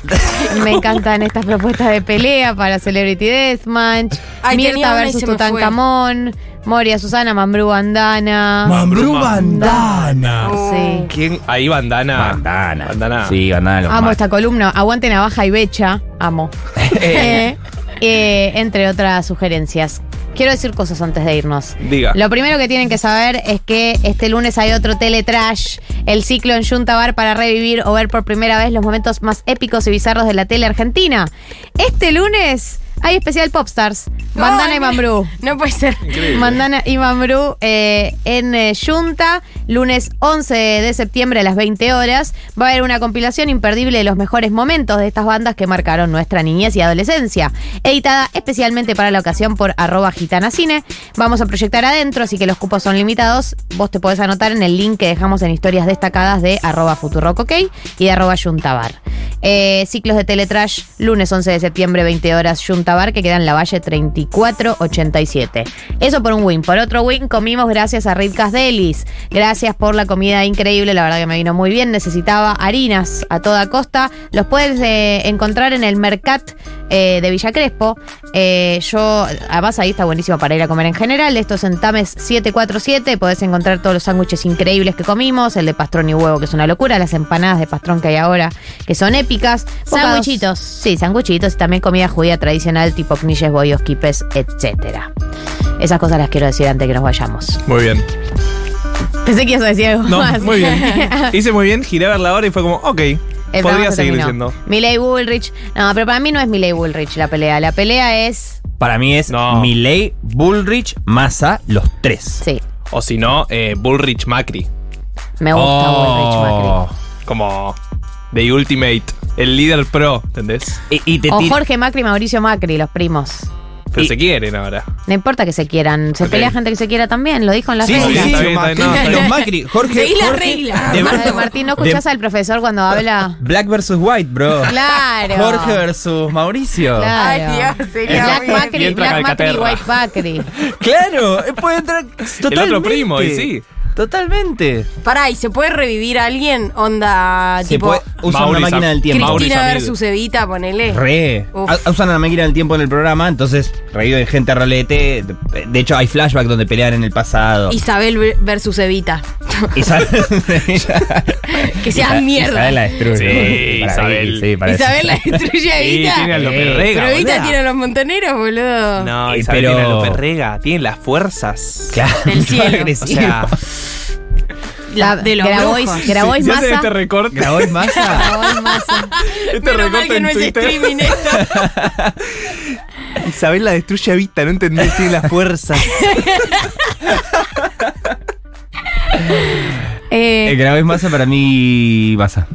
Speaker 1: me encantan estas propuestas de pelea para Celebrity Deathmatch,
Speaker 4: Ay, tenía
Speaker 1: Mirta
Speaker 4: una y
Speaker 1: versus
Speaker 4: se me fue.
Speaker 1: Tutankamón, Moria Susana, Mambrú Bandana.
Speaker 2: Mambrú
Speaker 1: Bandana.
Speaker 2: Ah,
Speaker 4: Oh.
Speaker 1: Sí.
Speaker 3: ¿Quién? Ahí bandana.
Speaker 2: Bandana.
Speaker 3: Bandana.
Speaker 2: Sí, bandana. lo
Speaker 1: Amo
Speaker 2: más.
Speaker 1: esta columna, aguante navaja y becha, amo. Eh, eh, entre otras sugerencias. Quiero decir cosas antes de irnos.
Speaker 3: Diga.
Speaker 1: Lo primero que tienen que saber es que este lunes hay otro Teletrash, el ciclo en Junta Bar para revivir o ver por primera vez los momentos más épicos y bizarros de la tele argentina. Este lunes hay especial Popstars, Bandana
Speaker 4: Ay,
Speaker 1: y Mambrú.
Speaker 4: Uh, No puede ser.
Speaker 1: Mandana y Mambrú eh, en eh, Junta, lunes 11 de septiembre a las 20 horas. Va a haber una compilación imperdible de los mejores momentos de estas bandas que marcaron nuestra niñez y adolescencia. Editada especialmente para la ocasión por arroba gitanacine. Vamos a proyectar adentro, así que los cupos son limitados. Vos te podés anotar en el link que dejamos en historias destacadas de arroba futurock, ok, y de arroba yuntabar. Eh, ciclos de Teletrash, lunes 11 de septiembre, 20 horas, Yuntabar, que queda en la Valle 3487. Eso por un win. Por otro win, comimos gracias a Ritkas Delis. Gracias por la comida increíble, la verdad que me vino muy bien. Necesitaba harinas a toda costa. Los puedes eh, encontrar en el Mercat eh, de Villa Crespo. Eh, yo, además ahí está buenísimo para ir a comer en general. Esto es en Tames 747. Podés encontrar todos los sándwiches increíbles que comimos. El de pastrón y huevo, que es una locura. Las empanadas de pastrón que hay ahora, que son épicas. Bocados-
Speaker 5: Sanguchitos.
Speaker 1: Sí, sanguchitos. Y también comida judía tradicional, tipo knishes, bollos, quipes, etcétera. Esas cosas las quiero decir antes de que nos vayamos.
Speaker 3: Muy bien.
Speaker 1: Pensé que ibas a decir algo
Speaker 4: *laughs*
Speaker 3: No,
Speaker 1: más. *laughs*
Speaker 3: muy bien. Hice muy bien, giré a ver la hora y fue como, ok,
Speaker 1: El
Speaker 3: podría
Speaker 1: programa se
Speaker 3: seguir
Speaker 1: terminó.
Speaker 3: diciendo.
Speaker 1: Milei Bullrich. No, pero para mí no es Milei Bullrich la pelea. La pelea es.
Speaker 2: Para mí es
Speaker 3: No.
Speaker 2: Milei, Bullrich, Massa, los tres.
Speaker 1: Sí,
Speaker 3: O si no, eh, Bullrich Macri.
Speaker 1: me gusta
Speaker 2: Oh.
Speaker 1: Bullrich Macri.
Speaker 3: Como The Ultimate, el líder pro, ¿entendés?
Speaker 2: Y, y te
Speaker 1: O
Speaker 2: tira-
Speaker 1: Jorge Macri y Mauricio Macri, los primos.
Speaker 3: Pero
Speaker 2: Y-
Speaker 3: se quieren ahora.
Speaker 1: No importa que se quieran. Se
Speaker 3: Ok.
Speaker 1: pelea gente que se quiera también. Lo dijo en las
Speaker 2: Sí, sí,
Speaker 1: reglas.
Speaker 2: sí.
Speaker 3: Está bien, está bien, no, está
Speaker 2: Los
Speaker 1: *laughs*
Speaker 3: bien.
Speaker 2: Macri, Jorge.
Speaker 4: Seguí la
Speaker 2: Jorge-
Speaker 4: regla.
Speaker 2: de-
Speaker 1: Martín, Martín, ¿no escuchás
Speaker 2: de-
Speaker 1: al profesor cuando
Speaker 3: *laughs*
Speaker 1: habla?
Speaker 2: Black versus White, bro.
Speaker 1: Claro.
Speaker 2: Jorge versus Mauricio.
Speaker 1: Claro.
Speaker 3: sería
Speaker 1: Black
Speaker 3: bien. Y
Speaker 1: Macri,
Speaker 3: entra
Speaker 1: Black Macri,
Speaker 3: Calcaterra.
Speaker 1: White
Speaker 3: *laughs*
Speaker 1: Macri.
Speaker 2: Claro, eh, puede entrar totalmente.
Speaker 3: otro primo, y sí.
Speaker 2: Totalmente.
Speaker 4: Pará, ¿y se puede revivir a alguien? Onda,
Speaker 2: Se
Speaker 4: tipo.
Speaker 2: puede- usa
Speaker 3: Mauri
Speaker 2: una máquina
Speaker 3: Sam-
Speaker 2: del tiempo.
Speaker 3: Mauri
Speaker 4: Cristina
Speaker 3: Samir.
Speaker 4: versus Evita, ponele.
Speaker 2: Re.
Speaker 4: Uf.
Speaker 2: Ha- Usan la máquina del tiempo en el programa, entonces reído de gente a ralete. De- De hecho, hay flashback donde pelean en el pasado.
Speaker 4: Isabel ve- versus Evita. *laughs*
Speaker 2: *laughs* Isabel.
Speaker 4: Que sea
Speaker 2: Isa-
Speaker 4: mierda.
Speaker 2: Isabel la destruye.
Speaker 3: Sí,
Speaker 2: boludo. Para
Speaker 3: Isabel.
Speaker 2: mí, sí, para
Speaker 4: Isabel la destruye a
Speaker 3: Sí,
Speaker 4: Evita.
Speaker 3: tiene a López
Speaker 2: Eh,
Speaker 3: Rega,
Speaker 4: Pero Evita
Speaker 3: boluda.
Speaker 4: tiene a los montoneros, boludo.
Speaker 3: No,
Speaker 2: Eh,
Speaker 3: Isabel
Speaker 2: pero-
Speaker 3: tiene a López Rega, tiene las fuerzas.
Speaker 2: *laughs* Claro,
Speaker 4: Del cielo.
Speaker 3: O
Speaker 2: agresivo.
Speaker 3: sea, *laughs*
Speaker 1: La,
Speaker 4: de los brujos.
Speaker 1: Grabois, Grabois
Speaker 3: si hacen
Speaker 1: Massa.
Speaker 3: este recorte,
Speaker 2: Grabois Massa.
Speaker 1: Grabois Massa.
Speaker 3: este
Speaker 4: Menos mal
Speaker 3: recorte
Speaker 4: que
Speaker 3: en
Speaker 4: no es
Speaker 3: Twitter.
Speaker 4: streaming
Speaker 3: *laughs*
Speaker 4: esto.
Speaker 3: Isabel la destruye a vista, no entendés, tiene las *laughs* fuerzas.
Speaker 1: Eh,
Speaker 2: Eh, Grabois Massa para mí Massa.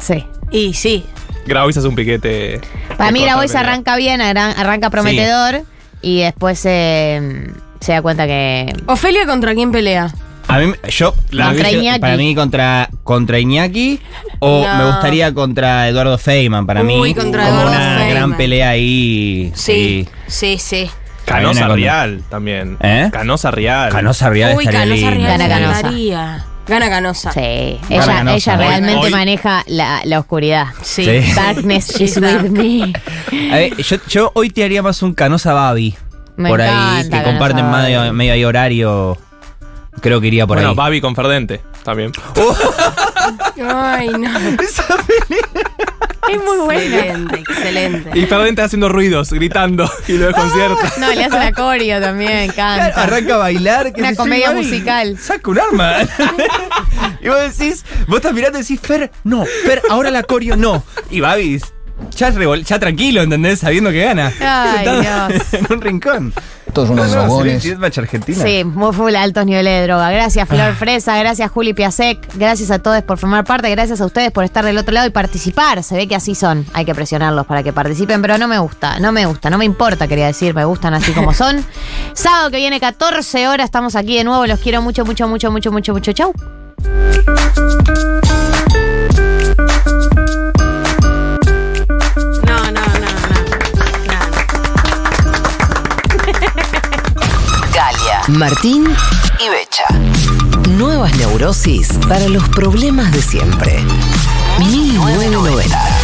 Speaker 1: sí.
Speaker 4: Y sí.
Speaker 3: Grabois hace un piquete.
Speaker 1: Para mí
Speaker 3: de
Speaker 1: Grabois
Speaker 3: corta,
Speaker 1: arranca bien, arran- arranca prometedor y después eh, se da cuenta que...
Speaker 4: Ofelia contra quién pelea.
Speaker 2: A mí, yo,
Speaker 1: Contra
Speaker 2: lo que-
Speaker 1: Iñaki.
Speaker 2: Para mí, contra, contra Iñaki. O
Speaker 4: No.
Speaker 2: me gustaría contra Eduardo Feynman. Para
Speaker 4: Uy,
Speaker 2: mí,
Speaker 4: contra
Speaker 2: como
Speaker 4: Eduardo
Speaker 2: una
Speaker 4: Feynman.
Speaker 2: gran pelea ahí.
Speaker 4: Sí. Sí, sí.
Speaker 2: Cadena
Speaker 3: Canosa
Speaker 2: con-
Speaker 3: Real también.
Speaker 2: ¿Eh?
Speaker 3: Canosa Real.
Speaker 2: Canosa Real
Speaker 4: Uy,
Speaker 2: estaría
Speaker 4: Canosa
Speaker 2: lindo.
Speaker 4: Real.
Speaker 1: Gana
Speaker 4: se
Speaker 1: Canosa.
Speaker 4: daría. Gana Canosa.
Speaker 1: Sí,
Speaker 2: Gana
Speaker 1: ella,
Speaker 2: Canosa.
Speaker 1: ella
Speaker 2: Hoy-
Speaker 1: realmente
Speaker 3: hoy-
Speaker 1: maneja la, la oscuridad.
Speaker 4: Sí.
Speaker 2: Sí.
Speaker 1: Darkness
Speaker 4: She's
Speaker 1: is with
Speaker 4: dark.
Speaker 1: me.
Speaker 2: A ver, Eh, yo, yo hoy te haría más un Canosa Babi.
Speaker 1: Me
Speaker 2: por ahí,
Speaker 1: encanta
Speaker 2: que
Speaker 1: Canosa
Speaker 2: comparten
Speaker 1: Babi.
Speaker 2: medio, medio ahí horario. Creo que iría por *laughs*
Speaker 3: bueno,
Speaker 2: ahí.
Speaker 3: Babi con Ferdente Oh, también.
Speaker 4: Ay, no.
Speaker 1: Es muy buena.
Speaker 4: Excelente, excelente.
Speaker 3: Y Ferdente haciendo ruidos, gritando *laughs* y lo desconcierta.
Speaker 1: No, le hace la coreo también,
Speaker 2: Claro,
Speaker 1: canta.
Speaker 2: arranca a bailar. que
Speaker 1: Una
Speaker 2: se
Speaker 1: comedia
Speaker 2: llama y
Speaker 1: musical.
Speaker 2: Saca un arma. *laughs* y vos decís, vos estás mirando y decís, Fer, no, Fer, ahora la coreo no. Y Babis, ya, revol- ya tranquilo, ¿entendés? Sabiendo que gana.
Speaker 1: Ay,
Speaker 2: Sentado
Speaker 1: Dios.
Speaker 2: *laughs* En un rincón.
Speaker 6: Todos unos
Speaker 2: No, no,
Speaker 6: dragones.
Speaker 2: sería Deathmatch Argentina.
Speaker 1: Sí, muy full altos niveles de droga. Gracias, Flor Fresa. Gracias, Juli Piasek. Gracias a todos por formar parte. Gracias a ustedes por estar del otro lado y participar. Se ve que así son. Hay que presionarlos para que participen, pero no me gusta. No me gusta. No me importa, quería decir. Me gustan así como son. Sábado que viene, 14 horas. Estamos aquí de nuevo. Los quiero mucho, mucho, mucho, mucho, mucho, mucho. Chau.
Speaker 4: No, no, no, no. no.
Speaker 7: Galia
Speaker 5: Martín,
Speaker 7: y Becha.
Speaker 5: nuevas neurosis para los problemas de siempre. 1990.